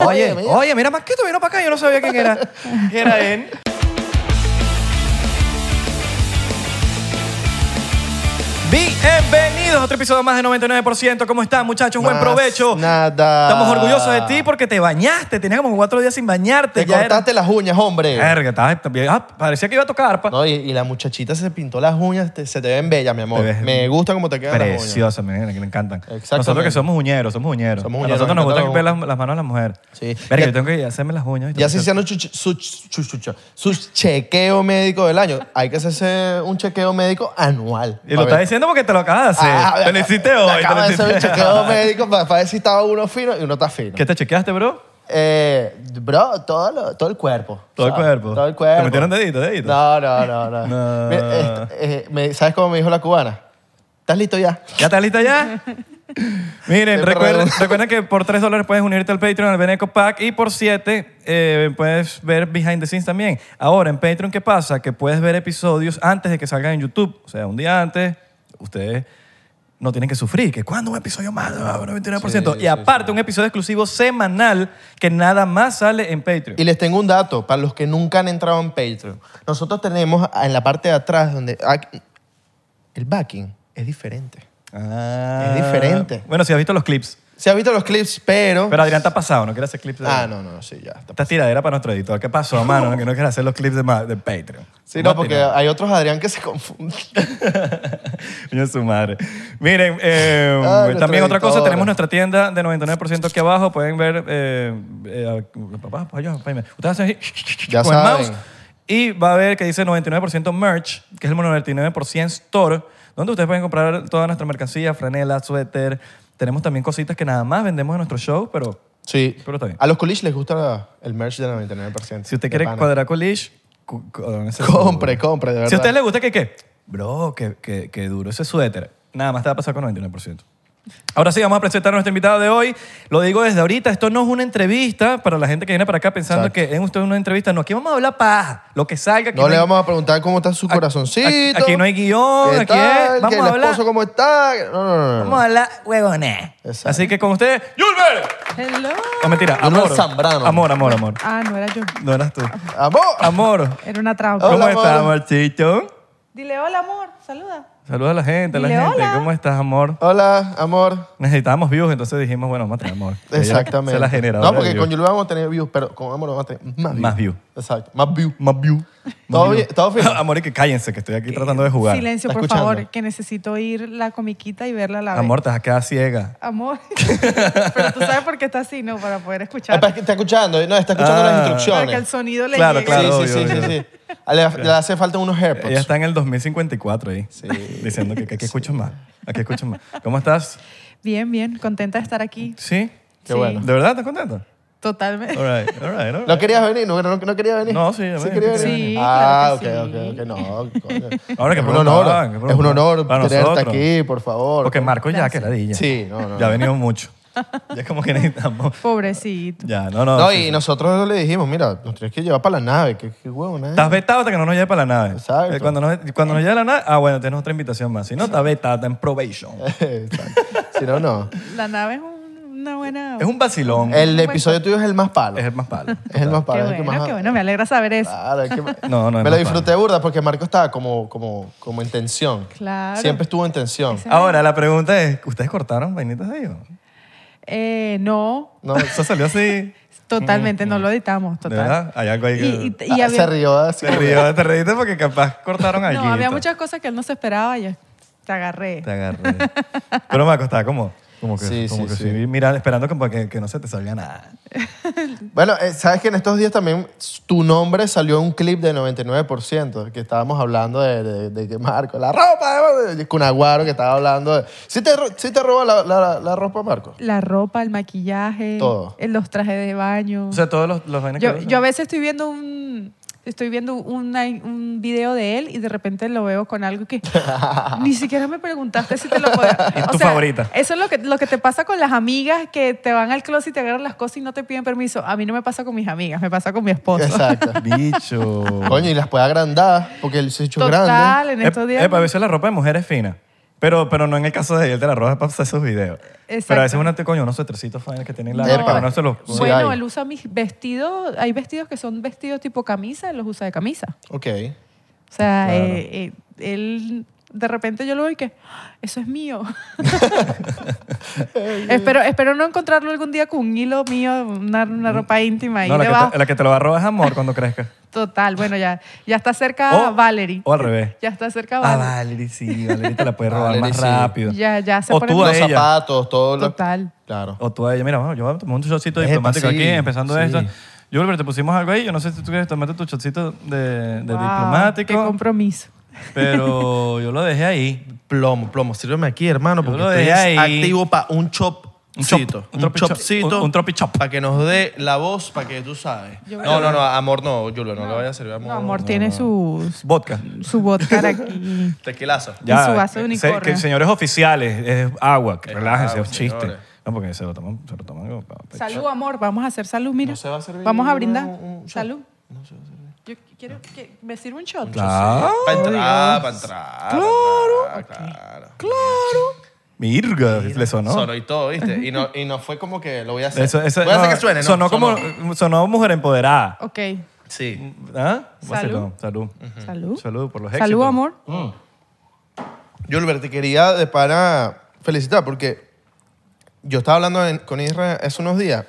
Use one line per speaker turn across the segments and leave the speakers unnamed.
Oye,
mira.
oye, mira, Marquito vino para acá, yo no sabía quién era.
Era en. Bienvenidos a otro episodio más de 99%. ¿Cómo están, muchachos? Buen
Más
provecho.
Nada.
Estamos orgullosos de ti porque te bañaste. Tenías como cuatro días sin bañarte.
Te
ya era-
cortaste las uñas, hombre.
Verga, estabas- ah, parecía que iba a tocar arpa.
No, y, y la muchachita se pintó las uñas, te- se te ven bellas, mi amor.
Te ves
Me gusta cómo te quedan las uñas.
Preciosa, me, me encantan.
Exactamente.
Nosotros que somos uñeros, somos uñeros.
Somos
a
uñeros,
nosotros
me
nos gusta que
encantan
ver
las-
las, las manos a las mujeres.
Sí.
Verga,
Ya-
yo tengo que hacerme las uñas.
Ya se hicieron chu- su, chu- chu- chu- su chequeo médico del año. Hay que hacerse un chequeo médico anual.
Y lo estás diciendo porque te lo acabas de hacer.
Ah,
te lo hiciste
me
hoy. Te
Acabo
lo
de hacer un
hiciste.
chequeo médico para, para ver si estaba uno fino y uno está fino.
¿Qué te chequeaste, bro?
Eh, bro, todo, lo- todo el cuerpo.
Todo el cuerpo.
Todo el cuerpo.
¿Te metieron dedito, dedito?
No, no, no. no.
No.
Mira, eh, eh, me- ¿Sabes cómo me dijo la cubana? ¿Estás listo ya?
¿Ya estás lista ya? Miren,
Qué
recuerden,
raro.
recuerden que por 3 dólares puedes unirte al Patreon, al Beneco Pack, y por 7 eh, puedes ver Behind the Scenes también. Ahora, en Patreon, ¿qué pasa? Que puedes ver episodios antes de que salgan en YouTube. O sea, un día antes, ustedes no tienen que sufrir, que cuando un episodio más, Ah, bueno, 29%.
Sí,
y aparte, un episodio exclusivo semanal que nada más sale en Patreon.
Y les tengo un dato para los que nunca han entrado en Patreon. Nosotros tenemos en la parte de atrás donde ah, el backing es diferente.
Ah.
Es diferente.
Bueno, si has visto los clips.
Se han visto los clips, pero...
Pero Adrián está pasado, no quiere hacer clips de...
Ah, no, no, no, sí, ya. está.
Esta es tiradera para nuestro editor. ¿Qué pasó, mano? Que no quieres hacer los clips de, ma- de Patreon.
Sí, no, porque hay otros Adrián que se confunden.
Coño, su madre. Miren, eh,
Ay, nuestra
también otra cosa,
editora.
tenemos nuestra tienda de 99% aquí abajo. Pueden ver... Eh, eh, papá, papá, yo, papá, Ustedes hacen así
Ya
con el
saben.
mouse y va a ver que dice 99% merch, que es el 99% store, donde ustedes pueden comprar toda nuestra mercancía, franela, suéter. Tenemos también cositas que nada más vendemos en nuestro show, pero
Sí.
Pero está bien.
A los coolish les gusta el merch del 99%.
Si usted
de
quiere
pana.
cuadrar coliche, cu- cu- ese-
Compre, compre, de verdad.
Si a usted le gusta que qué, bro, que, que, que duro ese suéter. Nada más te va a pasar con 99%. Ahora sí, vamos a presentar a nuestro invitado de hoy. Lo digo desde ahorita, esto no es una entrevista para la gente que viene para acá pensando
Exacto.
que es usted una entrevista. No, aquí vamos a hablar paja, lo que salga. aquí
No le
hay-
vamos a preguntar cómo está su corazoncito.
aquí- aquí no hay guión,
qué
aquí
tal,
es- vamos
que el
a hablar.
esposo cómo está. No, no, no, no.
Vamos a hablar huevones.
Exacto.
Así que con usted, Julber.
Hello.
No, mentira,
Julber
amor.
Zambrano.
Amor, amor, amor.
Ah, no era yo.
No eras tú.
¡Amor!
Amor.
Era una trampa.
Hola,
¿Cómo
amor.
estás, amorcito?
Dile hola, amor. Saluda.
Saluda a la gente, a la
Dile
gente.
hola.
¿Cómo estás, amor?
Hola, amor.
Necesitábamos views, entonces dijimos, bueno, vamos a traer amor. Ella
Exactamente.
Se la generadora
No, porque
de
con
views.
Yulu vamos a tener views, pero con Amor vamos a tener más views.
Más views.
Exacto, más views.
Más view.
¿Todo bien? ¿Todo bien?
amor, y que cállense, que estoy aquí tratando de jugar.
Silencio,
¿Está
por
escuchando?
favor, que necesito ir la comiquita y verla a la vez.
Amor, te vas a quedar ciega.
Amor. Pero tú sabes por qué está así, ¿no? Para poder
Ah,
escuchar.
pero es que está escuchando, no, está escuchando
Ah.
las
Para que el
instrucciones.
sonido le
Claro,
llegue.
claro.
sí, sí,
obvio,
sí, sí,
obvio.
sí. Ah, Le, le hace falta unos AirPods.
Ella está en el 2054 ahí,
Sí.
diciendo que, que aquí escucho más, aquí escucho más. ¿Cómo estás?
Bien, bien. Contenta de estar aquí.
¿Sí?
Qué
Sí,
bueno.
¿De verdad estás contenta?
Totalmente.
All right, all right, all right.
¿No querías venir? ¿No, no, no querías venir?
No, sí, a ver,
querías
sí,
venir?
claro
Ah,
que
ok,
sí.
ok, ok. No, coño.
Ahora que
es un
preguntaban, que
honor. Es un
preguntaban.
honor
Para
tenerte
nosotros.
aquí, por favor.
Porque Marco ya, que ladilla.
Sí, no, no,
Ya ha
no.
venido mucho. Ya como que necesitamos.
Pobrecito.
Ya, no, no.
No,
sí,
y
sí.
nosotros le dijimos, mira, nos tienes que llevar para la nave. Qué, qué huevo, nada.
Estás vetado hasta que no nos lleve para la nave.
Exacto.
Eh, Cuando nos, cuando nos lleve a la nave, ah, bueno, tienes otra invitación más. Si no, estás vetado, está en probation.
Exacto. si no, no.
La nave es un- una buena.
Es un vacilón.
El episodio tuyo es el más palo.
Es el más palo.
Es el más
Qué
padre. es el que
bueno,
más-
qué bueno. Me alegra saber eso.
Claro, es que me-
No, no, es
Me lo
más
disfruté burda porque Marco estaba como, como, como en tensión.
Claro.
Siempre estuvo en tensión.
Ahora, la pregunta es, ¿ustedes cortaron vainitas de ellos?
Eh, no.
No,
Eso salió así,
Totalmente, no lo editamos.
¿de
Total.
verdad? Hay algo ahí que...
Y, y- y
ah,
había-
se rió así.
Te río, te reíste porque capaz cortaron allí.
No, había muchas cosas que él no se esperaba y yo te agarré.
Te agarré. Pero me acostaba como... Como que,
Sí,
como
sí,
que
sí.
sí, mira, esperando como que, que no se te salga nada.
Bueno, eh, sabes que en estos días también tu nombre salió en un clip de 99%, que estábamos hablando de, de, de que Marco, la ropa, eh, con Aguaro que estaba hablando de... ¿Sí te, ro- sí te roba la, la- la ropa, Marco?
La ropa, el maquillaje,
Todo.
el- los trajes de baño.
O sea, todos los, los vainas
yo,
que...
yo a veces estoy viendo un estoy viendo una- un video de él y de repente lo veo con algo que ni siquiera me preguntaste si te lo podía.
Y tu favorita.
Eso es lo que, lo que te pasa con las amigas que te van al closet y te agarran las cosas y no te piden permiso. A mí no me pasa con mis amigas, me pasa con mi esposo.
Exacto.
Bicho.
Coño, y las puede agrandar, porque el se hecho es grande.
Total, en estos días.
a veces la ropa de mujer es fina. Pero, pero no en el caso de él, te la robas para hacer sus videos. Pero
Exacto.
a veces uno te coño, unos suetercitos fines que tienen la
No.
pero no se los
Sí,
bueno,
hay.
él usa mis vestidos. Hay vestidos que son vestidos tipo camisa, él los usa de camisa.
Ok.
O sea, eh, eh, él de repente yo lo veo y que "Ah, eso es mío. espero, espero no encontrarlo algún día con un hilo mío, una, una ropa íntima ahí
No, la que,
debajo.
te, la que te lo va a robar es amor cuando crezca.
Total, bueno, ya, ya está cerca
O-
Valerie.
O al revés.
Ya está cerca
Oh, Ah, Valerie,
Valerie.
sí, Valerie te la puedes robar
Valerie,
más
sí.
rápido.
Ya, ya se
O
pone
Oh, tú a
Los
más-
ella.
zapatos, todo lo...
Total.
Claro.
O tú a ella, mira, bueno, yo voy a tomar un shotcito
Epa,
diplomático
sí,
aquí, empezando
sí.
esto. Julber, te pusimos algo ahí. Yo no sé si tú quieres tomarte tu shotcito de, de
Wow, Qué
diplomático,
compromiso.
pero yo lo dejé ahí.
Plomo, plomo. Sírveme aquí, hermano,
Yo
porque
lo
estoy
dejé ahí.
activo para un chopcito.
chop, un
Un,
tropi chop,
chopcito.
un- un tropi chop.
Para que nos dé la voz, para que tú sabes.
Yo
no,
creo-
no, no, amor no, Julio, no, le vaya a servir amor.
No, amor, tiene su,
Vodka.
su vodka aquí.
Tequilazo.
Ya,
su vaso de
que-
unicornio.
se- que señores oficiales, es agua, que
Es
relájense,
agua,
es chiste.
señores.
No, porque se lo toman, se lo toman. como pa- pa-
Salud, amor. Vamos a hacer salud, mira.
No se va a servir
Vamos a
ningún-
brindar.
un- un shot.
salud. Yo quiero que me sirva un shot.
Claro.
Para entrar, para entrar. Claro. Claro.
Mirga, le sonó.
Sonó y todo, ¿viste? Y no, y no fue como que lo voy a hacer.
Eso- eso-
voy a hacer
no,
que suene, ¿no?
Sonó como, sonó mujer empoderada.
Ok.
Sí.
¿Ah?
Salud.
Vacilón, Salud.
Salud.
Salud por los éxitos. Mm.
Salud, amor.
Julbert, te quería de pana felicitar porque yo estaba hablando en- con Israel hace unos días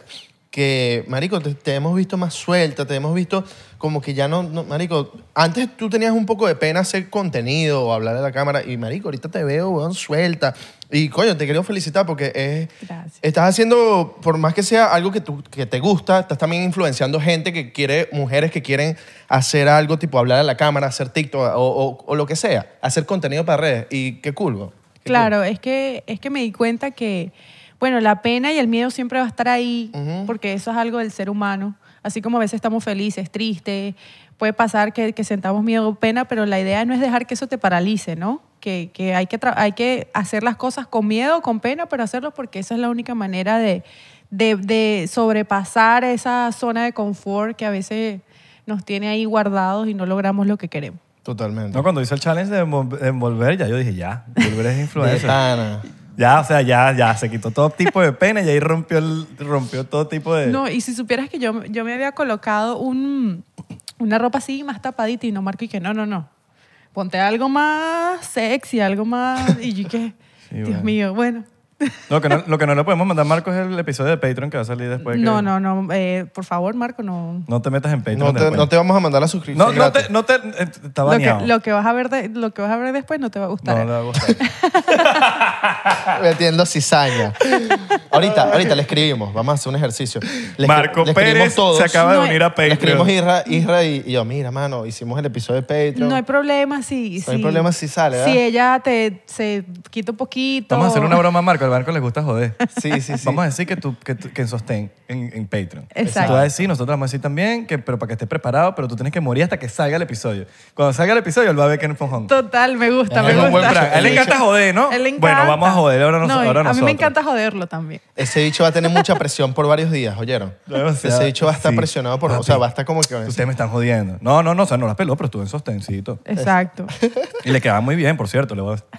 que, marico, te, te hemos visto más suelta, te hemos visto como que ya no, no- marico, antes tú tenías un poco de pena hacer contenido o hablar a la cámara y, marico, ahorita te veo, weón, suelta. Y, coño, te quería felicitar porque es...
Eh,
Gracias.
Estás haciendo, por más que sea algo que, tú- que te gusta, estás también influenciando gente que quiere, mujeres que quieren hacer algo tipo hablar a la cámara, hacer TikTok o, o- o lo que sea, hacer contenido para redes. Y qué cool, bro.
eh,
Qué
Claro, es que, es que me di cuenta que, bueno, la pena y el miedo siempre va a estar ahí, porque eso es algo del ser humano. Así como a veces estamos felices, tristes, puede pasar que, que sentamos miedo o pena, pero la idea no es dejar que eso te paralice, ¿no? Que, que hay, que tra- hay que hacer las cosas con miedo o con pena, pero hacerlo porque esa es la única manera de, de- de sobrepasar esa zona de confort que a veces nos tiene ahí guardados y no logramos lo que queremos.
cool. Totalmente.
No, cuando hice el challenge de envol- de envolver, ya yo dije, ya, volver es
De
influencer.
pana.
ya, o sea, ya, ya, se quitó todo tipo de pena y ahí rompió, el, rompió todo tipo de...
No, y si supieras que yo, yo me había colocado un, una ropa así más tapadita y no marco y que no, no, no. Ponte algo más sexy, algo más. Y yo que,
Sí,
Dios
bueno.
mío, bueno.
Lo que no, lo que no le podemos mandar, Marco, es el episodio de Patreon que va a salir después. que-
No, no, no. eh, por favor, Marco, no.
No te metas en Patreon.
No te,
después.
no te vamos a mandar la
No,
suscripción.
no
gratis.
te, no te, eh, está
Lo que,
baneado.
lo que vas a ver de- lo que vas a ver después no te va a gustar.
No, le va a gustar. Ah.
Metiendo cizaña. ahorita, ahorita le escribimos. Vamos a hacer un ejercicio. Le escri-
Marco
le escribimos
Pérez
todos.
se acaba de
No,
unir a
Le escribimos
Patreon.
Isra, Isra y, y yo, mira, mano, hicimos el episodio de Patreon.
No hay problema si.
No hay problema si sale, ¿verdad?
Si ella te se quita un poquito.
Vamos a hacer una broma a Marco. Al Marco le gusta joder.
Sí, sí, sí.
Vamos a decir que, tú, que, tú- que en sostén en, en Patreon.
Exacto.
Tú vas a decir, nosotros vamos a decir también, que, pero para que estés preparado, pero tú tienes que morir hasta que salga el episodio. Cuando salga el episodio, él va a ver que no fue Juan.
Total, me gusta,
Es
me
un
gusta.
buen plan.
A él le encanta joder, ¿no?
Él le encanta.
Bueno, vamos a joder ahora, nos-
No, y
ahora
a mí
nosotros.
me encanta joderlo también.
Ese bicho va a tener mucha presión por varios días, ¿oyeron?
Demasiado.
Ese bicho va a estar
Sí.
presionado por... O
Papi.
sea, va a estar como que...
Ustedes me están jodiendo. No, no, no, o sea, no la peló, pero estuvo en sostencito.
Exacto.
Y le quedaba muy bien, por cierto. Le voy a decir.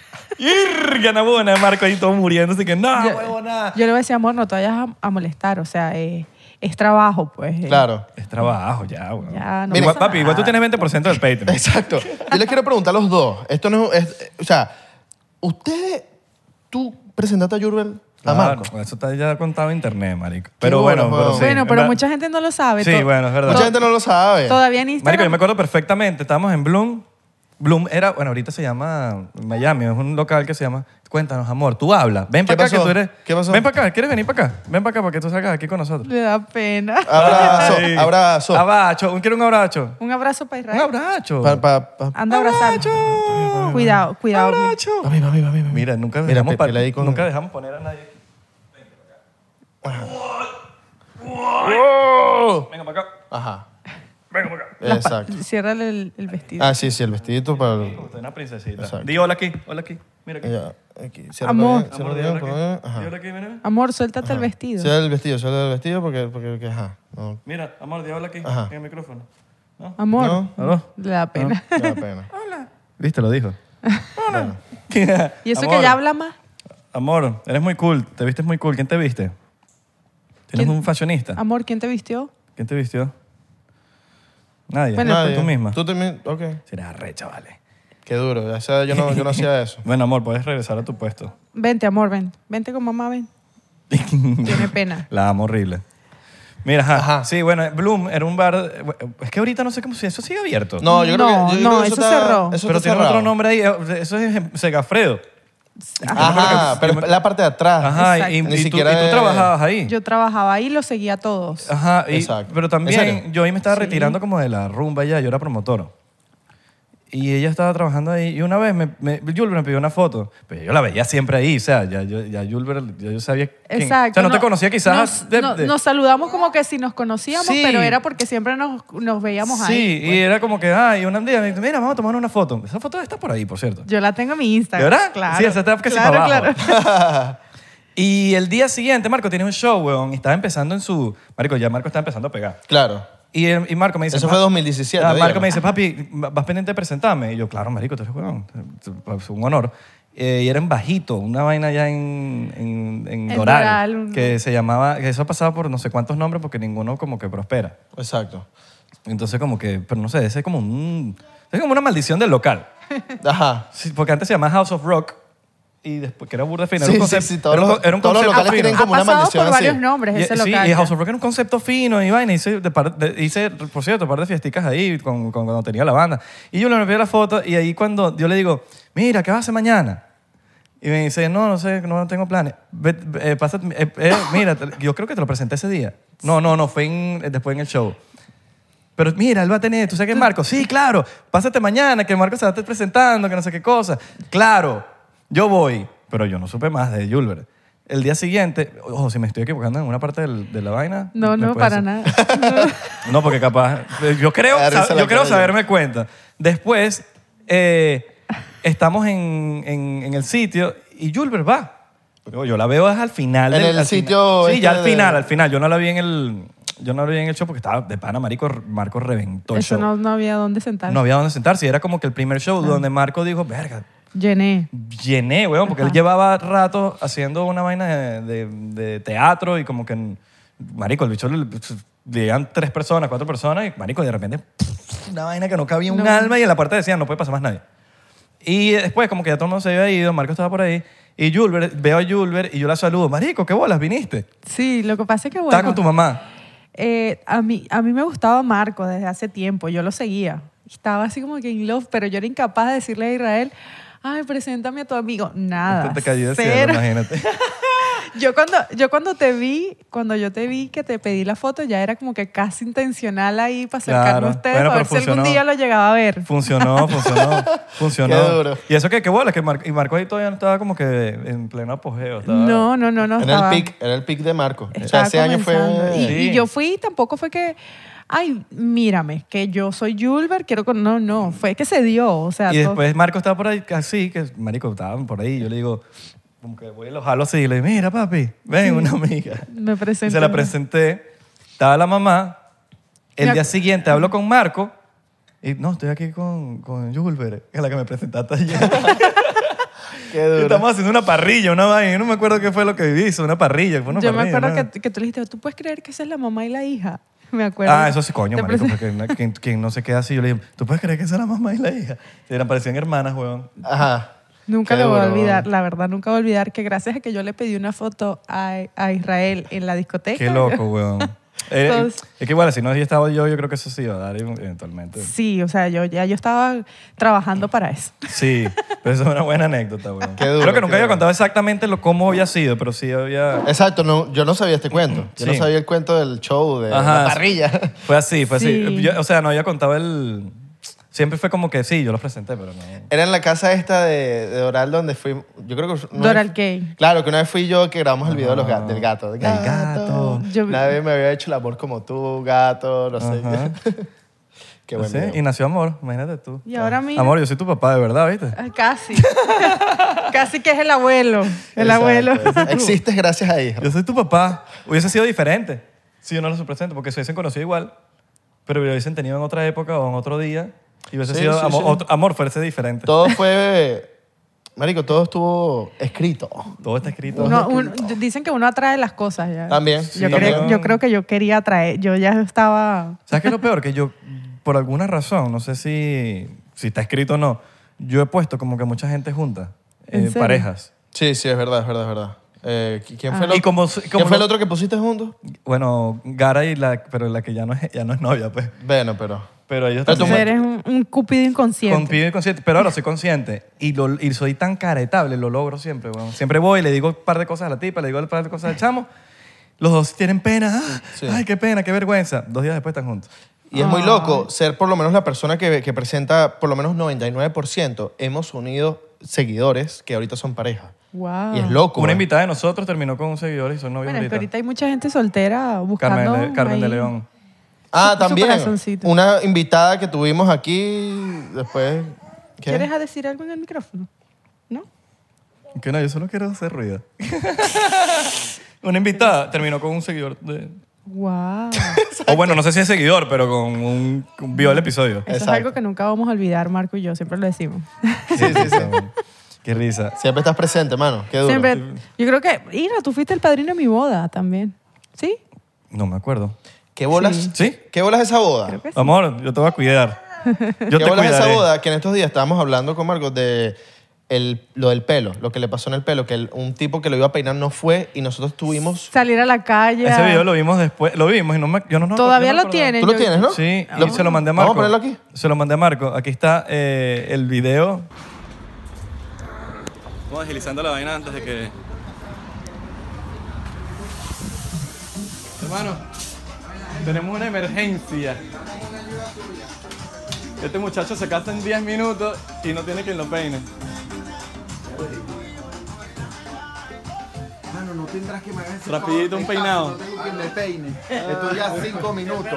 ¡Irga, no, buena! Marco ahí todo muriéndose que no,
Yo-
huevona.
Yo le voy a decir, amor, no te vayas a, a molestar, o sea, eh, es trabajo, pues. eh.
Claro.
Es trabajo ya, weón.
Ya, no
igual,
pasa
papi, igual tú
nada.
tienes 20% del Patreon.
Exacto. Yo les quiero preguntar a los dos. Esto no es... es- o sea, ustedes... Tú presentaste a Jurbel a
Ah,
Marco.
no, Eso está ya contado en internet, marico. Pero
bolas,
bueno, pero
weón.
sí.
bueno, pero
en
mucha
verdad-
gente no lo sabe.
Sí,
To-
bueno, es verdad.
Mucha
to-
gente no lo sabe.
Todavía en
Marico, yo
Instagram.
me acuerdo perfectamente. Estábamos en Bloom. Bloom era, bueno, ahorita se llama Miami, es un local que se llama Cuéntanos, amor, tú habla. Ven
¿Qué
para acá que
pasó?
tú eres.
¿Qué pasó?
Ven para acá, ¿quieres venir para acá? Ven para acá para que tú salgas aquí con nosotros.
Le da pena.
Ah.
Abrazo,
Ay.
abrazo.
Abrazo, ¿quiero un abrazo?
Un abrazo para
Un
Israel.
abrazo.
Pa- pa- pa-
Anda a abrazarlo.
Abrazo.
Cuidado, cuidado.
Abrazo.
Mami, mami, mami, mami.
Mira, nunca
Mira,
dejamos, pa-
Pepe, le di con-
nunca dejamos poner a nadie. Venga para acá.
Ajá.
Venga para acá.
Las pa-
Exacto.
Ciérrale el, el vestido.
Ah, sí, sí, el vestidito para...
Usted es una princesita.
Exacto.
Di hola aquí, hola aquí. Mira aquí.
Ya, aquí. Cierra
Amor.
bien, cierra
Amor, di
bien,
hola
por
aquí.
favor. Ajá.
Di hola aquí, mira.
Amor, suéltate
Ah.
el vestido.
Cierra el vestido, cierra el vestido porque... porque, porque ajá. No,
Mira, amor, di hola aquí.
Ajá.
En el micrófono. ¿No? Ah.
Amor,
No.
¿Aló?
le da pena.
qué pena.
Viste, lo dijo.
Y eso
Amor.
que ya habla más.
Amor, eres muy cool. Te vistes muy cool. ¿Quién te viste? Tienes
¿Quién? Ah.
un fashionista.
Amor, ¿quién te vistió?
¿Quién te vistió? Nadie.
Bueno,
Nadie. Tú misma.
Tú también, ok.
Será re, chavales.
Qué duro. ya sea, yo no, yo no hacía eso.
Bueno, amor, puedes regresar a tu puesto.
Vente, amor, ven. Vente con mamá, ven. Tiene pena.
La amo horrible. Mira, ajá.
Ajá.
Sí, bueno, Bloom era un bar. Es que ahorita no sé cómo si eso sigue abierto.
No, yo creo
No,
que. yo creo
no,
que
eso
está-
cerró.
eso
pero
está
tiene
cerrado.
otro nombre ahí. eh, Eso es en Segafredo.
Ajá, pero la parte de atrás.
Ajá,
Ah. Exacto.
y, y
Ni
tú, y
siquiera
tú
es-
trabajabas ahí.
Yo trabajaba ahí y los seguía a todos.
Ajá, y-
Exacto.
pero
¿En
también
serio?
yo ahí me estaba retirando como de la rumba ya, yo era promotor. Y ella estaba trabajando ahí y una vez me, me, Julber me pidió una foto, pero yo la veía siempre ahí, o sea, ya, yo- ya Julber, ya yo sabía quién-
Exacto.
O sea, no, te conocía quizás.
Nos,
de-
no-
de-
nos saludamos como que si nos conocíamos,
Sí.
pero era porque siempre nos, nos veíamos
sí,
ahí. pues.
y era como que, ay, un día me dijo, mira, vamos a tomar una foto. Esa foto está por ahí, por cierto.
Yo la tengo en mi
¿De
Instagram.
verdad?
Claro.
Sí, esa está casi
claro,
para abajo.
claro.
y el día siguiente, Marco tiene un show, weón, y estaba empezando en su... Marico, ya Marco está empezando a pegar.
Claro.
Y, él- y Marco me dice...
Eso fue
"Ma-
2017,
Ah, Marco
dígame.
me dice, papi, ¿vas pendiente de presentarme? Y yo, claro, marico, tú eres huevón. Es un honor. Eh, y era en Bajito, una vaina allá en, en, en
En
Doral,
Doral, un-
que se llamaba... Que eso ha pasado por no sé cuántos nombres porque ninguno como que prospera.
Exacto.
Entonces como que... Pero no sé, ese es como un... Es como una maldición del local.
Ajá.
Sí, porque antes se llamaba House of Rock y después que era burda fina. era
Sí,
un concepto,
sí, sí, todos
era un
los-
co- era un
todos los
concepto
locales
fino.
tienen
Ha
como una
pasado
maldición
por
así.
varios nombres
Y-
ese
sí,
local.
y House of Rock era un concepto fino y vaina. Hice, de par- de- hice, por cierto, un par de fiesticas ahí con, con- cuando tenía la banda. Y yo le envié la foto y ahí cuando yo le digo, mira, ¿qué vas a hacer mañana? Y me dice, no, no sé, no tengo planes. Ve- eh, pásate- eh, eh, mira, te- yo creo que te lo presenté ese día. No, no, no, fue en- eh, después en el show. Pero mira, él va a tener, ¿tú sabes que es Marco? Sí, claro, pásate mañana, que Marco se va a estar presentando, que no sé qué cosa. Claro, yo voy. Pero yo no supe más de Julber. El día siguiente, ojo, si me estoy equivocando en una parte del- de la vaina.
No,
me
no,
puedes
para
decir.
nada.
No, porque capaz. eh, Yo creo,
Me da risa
sab-
la
yo creo
cara de
saberme cuenta. Después, eh, estamos en, en- en el sitio y Julber va. Yo, yo la veo es al final.
En
del-
el
al fina-
sitio
Sí, ya
este
al
de-
final, al final. Yo no la vi en el. Yo no la vi en el show porque estaba de pana, marico, Marco reventó el
Eso
show.
no, no había dónde sentarse.
No había dónde sentarse. y Era como que el primer show donde Marco dijo, verga,
Llené.
llené, weón, porque él llevaba rato haciendo una vaina de, de- de teatro y como que, marico, el bicho le- llegan tres personas, cuatro personas y, marico, de repente, una vaina que no cabía un
No.
alma y en la parte decían, no puede pasar más nadie. Y después, como que ya todo el mundo se había ido, Marco estaba por ahí y Julber, veo a Julber y yo la saludo, marico, qué bolas, viniste.
Sí, lo que pasa es que bueno.
Estaba con tu mamá.
eh, a, mí, a mí me gustaba Marco desde hace tiempo. Yo lo seguía. Estaba así como que in love, pero yo era incapaz de decirle a Israel, ay, preséntame a tu amigo. Nada.
Te, te cayó del cielo,
Ah, cero.
imagínate.
Yo cuando, yo cuando te vi, cuando yo te vi que te pedí la foto, ya era como que casi intencional ahí para acercarme
Claro.
a ustedes,
Bueno,
a ver
pero
si algún
funcionó.
día lo llegaba a ver.
Funcionó, funcionó, funcionó.
Qué duro.
Y eso que, qué bolas, que Mar- y Marco ahí todavía no estaba como que en pleno apogeo. estaba-
No, no, no, no.
Era
estaba-
el pic, era el pic de Marco. O sea,
estaba
ese año fue.
comenzando. Y,
Sí.
y yo fui, tampoco fue que, ay, mírame, que yo soy Julber, quiero con... No, no, fue que se dio, o sea...
Y
todo-
después Marco estaba por ahí, así, que Marico estaban por ahí. Yo le digo, como que voy y lo jalo así. Y le digo, mira, papi, ven, una amiga.
Me
Y
presenté.
se la presenté. Estaba la mamá. El
Me ac-
día siguiente hablo con Marco. Y no, estoy aquí con, con Julber, que es la que me presentaste ayer.
Qué
Y
duro.
Estamos haciendo una parrilla, una vaina. Yo no me acuerdo qué fue lo que viví, hizo una parrilla. Fue una
Yo me
parrilla,
acuerdo
una-
que, que tú le dijiste, ¿tú puedes creer que esa es la mamá y la hija? Me acuerdo.
Ah, eso sí, coño,
Te
marico,
presen-
porque na- quien, quien no se queda así, yo le digo, ¿tú puedes creer que esa era la mamá y la hija? Se eran parecían hermanas, weón.
Ajá.
Nunca
Qué
lo voy a
duro,
olvidar,
weón.
la verdad, nunca voy a olvidar que gracias a que yo le pedí una foto a, a Israel en la discoteca.
Qué loco, weón. Eh,
Entonces-
es que igual, si no había estado yo, yo creo que eso sí iba a dar eventualmente.
Sí, o sea, yo ya yo estaba trabajando para eso.
Sí, pero eso es una buena anécdota, weón.
Qué duro,
creo que
qué
nunca había
duro.
contado exactamente lo, cómo había sido, pero sí había...
Exacto, no, yo no sabía este cuento. Yo no
Sí.
sabía el cuento del show, de
Ajá.
la parrilla.
Fue así, fue así.
Sí.
Yo- o sea, no había contado el... Siempre fue como que sí, yo los presenté, pero no...
Era en la casa esta de, de Doral donde fui. Yo creo que. fue- una
Doral
vez-
Kay.
Claro, que una vez fui yo que grabamos el video de los
Ah.
ga- del gato.
Del gato.
Ah, Yo-
Nadie me había hecho el amor como tú, gato, no
Ajá.
sé. Qué buen
Sí,
video.
y nació amor, imagínate tú.
Y ahora mira.
Amor, yo soy tu papá, de verdad, ¿viste?
Ah, Casi. Casi que es el abuelo. El
Exacto.
abuelo.
Existes gracias a ella.
Yo soy tu papá. Hubiese sido diferente si yo no los presento, porque se hubiesen conocido igual, pero lo hubiesen tenido en otra época o en otro día Y hubiese
Sí,
sido
sí,
amor,
sí.
otro- amor fuese diferente. Todo,
Todo fue. Marico, todo estuvo escrito.
está escrito.
Uno- uno- dicen que uno atrae las cosas ya.
También.
Yo,
también.
creo, yo creo que yo quería atraer. Yo ya estaba.
¿Sabes qué es lo peor? Que yo, por alguna razón, no sé si, si está escrito o no, yo he puesto como que mucha gente junta,
¿En
eh,
serio?
parejas.
Sí, sí, es verdad, es verdad, es verdad. Eh, ¿qui- ¿Quién
Ah.
fue, el
Y
otro-
como s-
¿quién
como
fue el
no-
otro que pusiste juntos?
Bueno, Gara y la, pero la que ya no es, ya no es novia, pues.
Bueno, pero.
Pero ellos
Pero tú
Entonces
también-
eres un, un cupido
Con
inconsciente.
pibe y consciente, pero ahora soy consciente y, lo, y soy tan caretable, lo logro siempre, weón. Siempre voy, le digo un par de cosas a la tipa, le digo un par de cosas al chamo. Los dos tienen pena. Ah,
Sí.
Ay, qué pena, qué vergüenza. Dos días después están juntos.
Y es muy loco ser por lo menos la persona que, que presenta por lo menos 99%. Hemos unido seguidores que ahorita son pareja.
Wow.
Y es loco.
Una
¿eh?
invitada de nosotros terminó con un seguidor y son novios
Bueno, es que
ahorita.
ahorita hay mucha gente soltera buscando.
Carmen, de, Carmen de
ahí.
León.
Ah,
Su
también.
corazoncito.
Una invitada que tuvimos aquí después. ¿qué?
¿Quieres a decir algo en el micrófono? ¿No?
Que no, yo solo quiero hacer ruido. Una invitada terminó con un seguidor de...
Wow.
O bueno, no sé si es seguidor, pero con un... con- Vio el episodio.
Eso es
Exacto.
algo que nunca vamos a olvidar, Marco y yo, siempre lo decimos.
Sí, sí, sí. Qué risa.
Siempre estás presente, mano. Qué duro.
Siempre, yo creo que, Ira, tú fuiste el padrino de mi boda también. ¿Sí?
No me acuerdo.
¿Qué bolas?
¿Sí?
¿Qué bolas esa boda?
Creo que sí.
Amor, yo te voy a cuidar. Yo
¿Qué
te
bolas esa
cuidaré.
boda? Que en estos días estábamos hablando con Marcos de el- lo del pelo, lo que le pasó en el pelo, que el- un tipo que lo iba a peinar no fue y nosotros tuvimos...
Salir a la calle.
Ese video lo vimos después, lo vimos y no me, yo no, no
Todavía
yo no
lo
acordaba.
tienen.
Tú lo
yo-
tienes, ¿no?
Sí, y
Lo-
se lo mandé a Marco.
Vamos a ponerlo aquí.
Se lo mandé a Marco. Aquí está eh, el video. Vamos agilizando la vaina antes de que... Hermano, tenemos una emergencia. Este muchacho se casa en 10 minutos y no tiene quien lo peine.
Mano, no tendrás que me hagas ese
Rapidito,
favor,
un peinado.
No tengo que me peine. Estoy ya cinco minutos.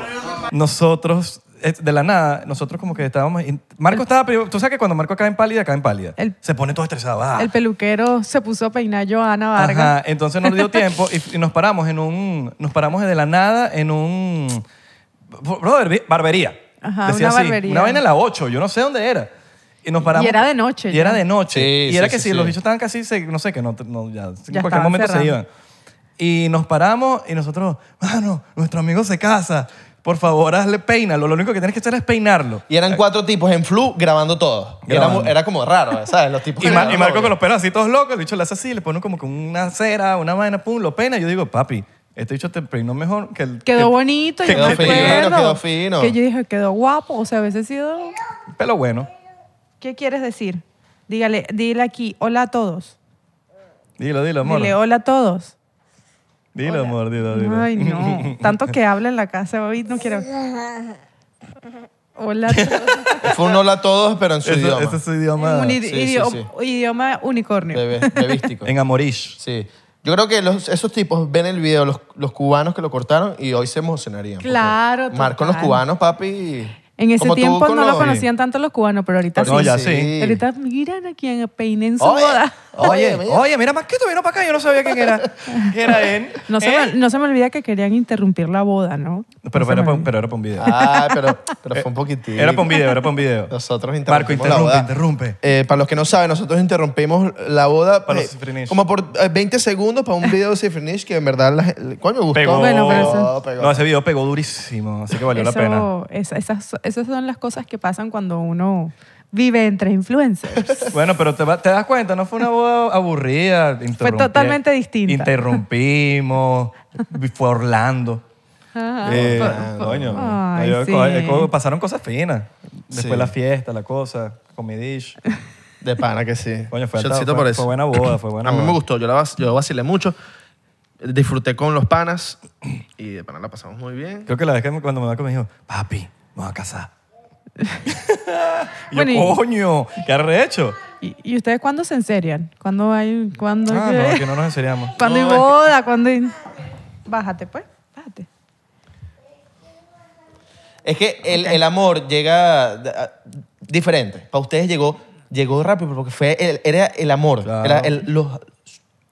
nosotros, eh, de la nada, nosotros como que estábamos... in- Marco estaba... pri- Tú sabes que cuando Marco cae en pálida, cae en pálida.
El-
se pone todo estresado. ah.
El peluquero se puso a peinar Joana Vargas.
Ajá, entonces nos dio tiempo y, y nos paramos en un... Nos paramos de la nada en un... Brother, vi- barbería.
Ajá,
Decía
una
así,
barbería.
Una vaina a las 8, yo no sé dónde era. Y nos paramos...
Y era de noche,
Y era
ya.
de noche.
Sí,
y
sí,
era que
sí,
si
sí.
los bichos estaban casi... se- no sé, que no, no, ya, en cualquier
estaban
momento se
cerrando.
iban. Y nos paramos y nosotros... Mano, nuestro amigo se casa. Por favor, hazle peínalo. Lo único que tienes que hacer es peinarlo.
Y eran cuatro tipos en flu grabando todo. Era
Grabando.
mu- Era, como raro, ¿sabes? Los tipos
Y,
que
Ma-
graban
y Marco
todo.
con los pelos así todos locos, el bicho le hace así, le pone como que una cera, una vaina, pum, lo pena. Y yo digo, papi, este bicho te peinó mejor que el,
Quedó
que
bonito. yo
Quedó
me
fino,
acuerdo
quedó fino.
Que yo dije, quedó guapo. O sea, a veces sido...
el pelo bueno.
¿Qué quieres decir? Dígale, dile aquí, hola a todos.
Dilo, dilo, amor.
Dile hola a todos.
Dilo, amor, dilo, dilo.
Ay, no. Tanto que habla en la casa hoy, no quiero... Hola a todos.
Fue un hola a todos, pero en su
Ese-
idioma.
ese es su idioma.
Un
sí,
idi-
sí,
idio-
sí.
idioma unicornio.
Bebé- bebístico.
En Amorish.
sí. Yo creo que los- esos tipos ven el video, los, los cubanos que lo cortaron, y hoy se emocionarían. porque
Claro,
Marco, los
total.
cubanos, papi.
En ese
como tú
tiempo
con
no lo
los-
conocían tanto los cubanos, pero ahorita
No,
sí.
ya sí.
Ahorita miran a quien peiné en su
Oye,
boda.
Oye, mira.
oye, mira, más que esto vino para acá, yo no sabía quién era.
Era en...
No
¿Eh?
se, me, no se me olvida que querían interrumpir la boda, ¿no?
¿Eh? Pero,
No se
pero,
me
pero,
olvida.
era para un video. Eh,
Ah, pero, pero fue un poquitito.
Era para un video, era para un video.
Nosotros
Marco,
interrumpimos la
interrumpe,
boda.
interrumpe.
Eh, para los que no saben, nosotros interrumpimos la boda
Para
eh,
los cifrinish.
como por eh, 20 segundos para un video de Cifrinish que en verdad, la, gen- ¿cuál me gustó?
Pegó.
Bueno, pero eso-
Pegó, pegó.
No, ese video pegó durísimo, así que valió
Eso-
la pena.
esa- esas, esas son las cosas que pasan cuando uno vive entre influencers.
Bueno, pero te, va- te das cuenta, no fue una boda aburrida. interrumpí-
totalmente distinta.
Interrumpimos, fue Orlando.
Ah,
Eh,
por- por-
coño,
Ay,
yo-
sí.
co- pasaron cosas finas. Después
Sí.
la fiesta, la cosa, comidish.
De pana que sí.
Coño, fue,
Shotcito
alta-
por
fue,
eso.
fue buena boda, fue buena
A mí
boda.
me gustó, yo, la, vac- yo vacilé mucho, disfruté con los panas y de pana la pasamos muy bien.
Creo que la vez que me- cuando me da me dijo, papi, vamos a casar. y yo,
Bueno, y-
coño, ¿qué arrecho?
¿Y, y ustedes cuándo se enserian? ¿Cuándo hay...? Cuándo,
Ah,
hay-
no, que no nos enseñamos.
¿Cuándo hay boda? ¿Cuándo hay- Bájate, pues. Bájate.
Es que el, el amor llega de- a- diferente. Para ustedes llegó, llegó rápido porque fue el- era el amor.
Claro.
Era el, los-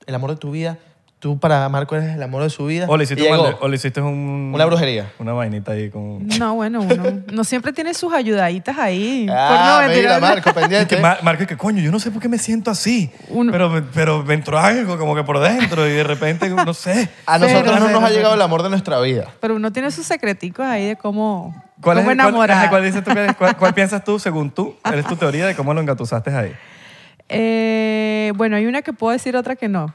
el amor de tu vida tú para Marco eres el amor de su vida.
O le hiciste,
Y
un
llegó.
malde- o le hiciste un-
Una brujería.
Una vainita ahí con...
No, bueno, uno no siempre tiene sus ayudaditas ahí.
Ah,
por no
mira,
mentirle.
Marco,
Y
pendiente.
que Mar- Marco, y que coño, yo no sé por qué me siento así,
Uno-
pero, pero me entró algo como que por dentro y de repente, no sé.
A nosotros
Cero,
no
cero,
nos ha
cero.
llegado el amor de nuestra vida.
Pero uno tiene sus secreticos ahí de cómo,
¿Cuál, es,
cómo
cuál-
enamorar.
ajá, cuál dices tú que- cuál- cuál piensas tú, según tú, eres tu teoría de cómo lo engatusaste ahí?
Eh, bueno, hay una que puedo decir, otra que no.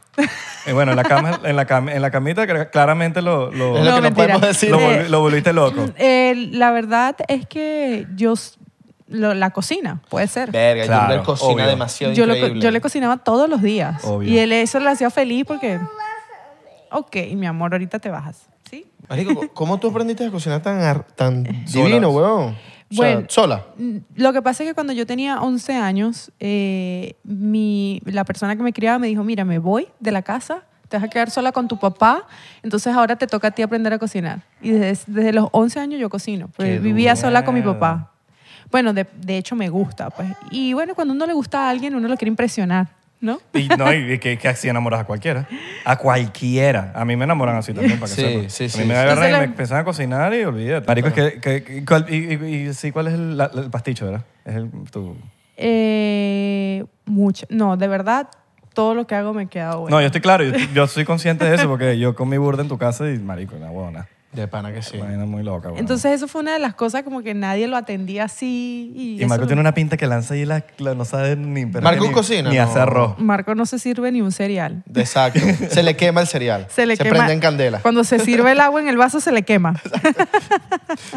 Eh, bueno, en la, cama, en, la cam- en la camita cl- claramente lo, lo,
Es lo que
No,
no
mentira.
podemos decir.
lo
Eh,
volvi- lo volviste loco.
Eh, la verdad es que yo... s- lo- la cocina, puede ser.
Verga,
Claro,
Julián cocina
obvio.
demasiado
yo, le co-
increíble.
yo le cocinaba todos los días.
Obvio.
Y él eso lo hacía feliz porque... Ok, mi amor, ahorita te bajas. ¿Sí?
Marico, ¿cómo tú aprendiste a cocinar tan, ar- tan
Sola.
divino, huevón? O sea,
Bueno.
sola.
Mm, Lo que pasa es que cuando yo tenía 11 años, eh, mi, la persona que me criaba me dijo, mira, me voy de la casa, te vas a quedar sola con tu papá, entonces ahora te toca a ti aprender a cocinar. Y desde, desde los 11 años yo cocino, pues,
Qué
vivía
duro.
sola con mi
Mierda.
papá. Bueno, de, de hecho me gusta, pues. Y bueno, cuando uno le gusta a alguien, uno lo quiere impresionar, ¿no?
Y no, y que, que así enamoras a cualquiera. A cualquiera. A mí me enamoran así también, para que
Sí,
sepas.
sí,
A
sí.
mí me
Yo
agarran
se
y
la-
me empiezan a cocinar y olvídate. Marico, es que... que- que- cuál- y, y- y- sí, ¿cuál es el, la- el pasticho, verdad? Es el, tu...
Eh, mucho. No, de verdad, todo lo que hago me queda bueno.
No, yo estoy claro. Yo, yo soy consciente de eso porque yo comí burda en tu casa y, marico, una huevona.
De pana que sí.
Imagina muy loca, huevona.
Entonces eso fue una de las cosas como que nadie lo atendía así. Y,
Y Marco
eso-
tiene una pinta que lanza y la, la- no sabe ni... pero
Marco
ni-
cocina,
Ni
no.
hace arroz.
Marco no se sirve ni un cereal.
Exacto. Se le quema el cereal.
Se le quema.
prende en candela.
Cuando se sirve el agua en el vaso se le quema.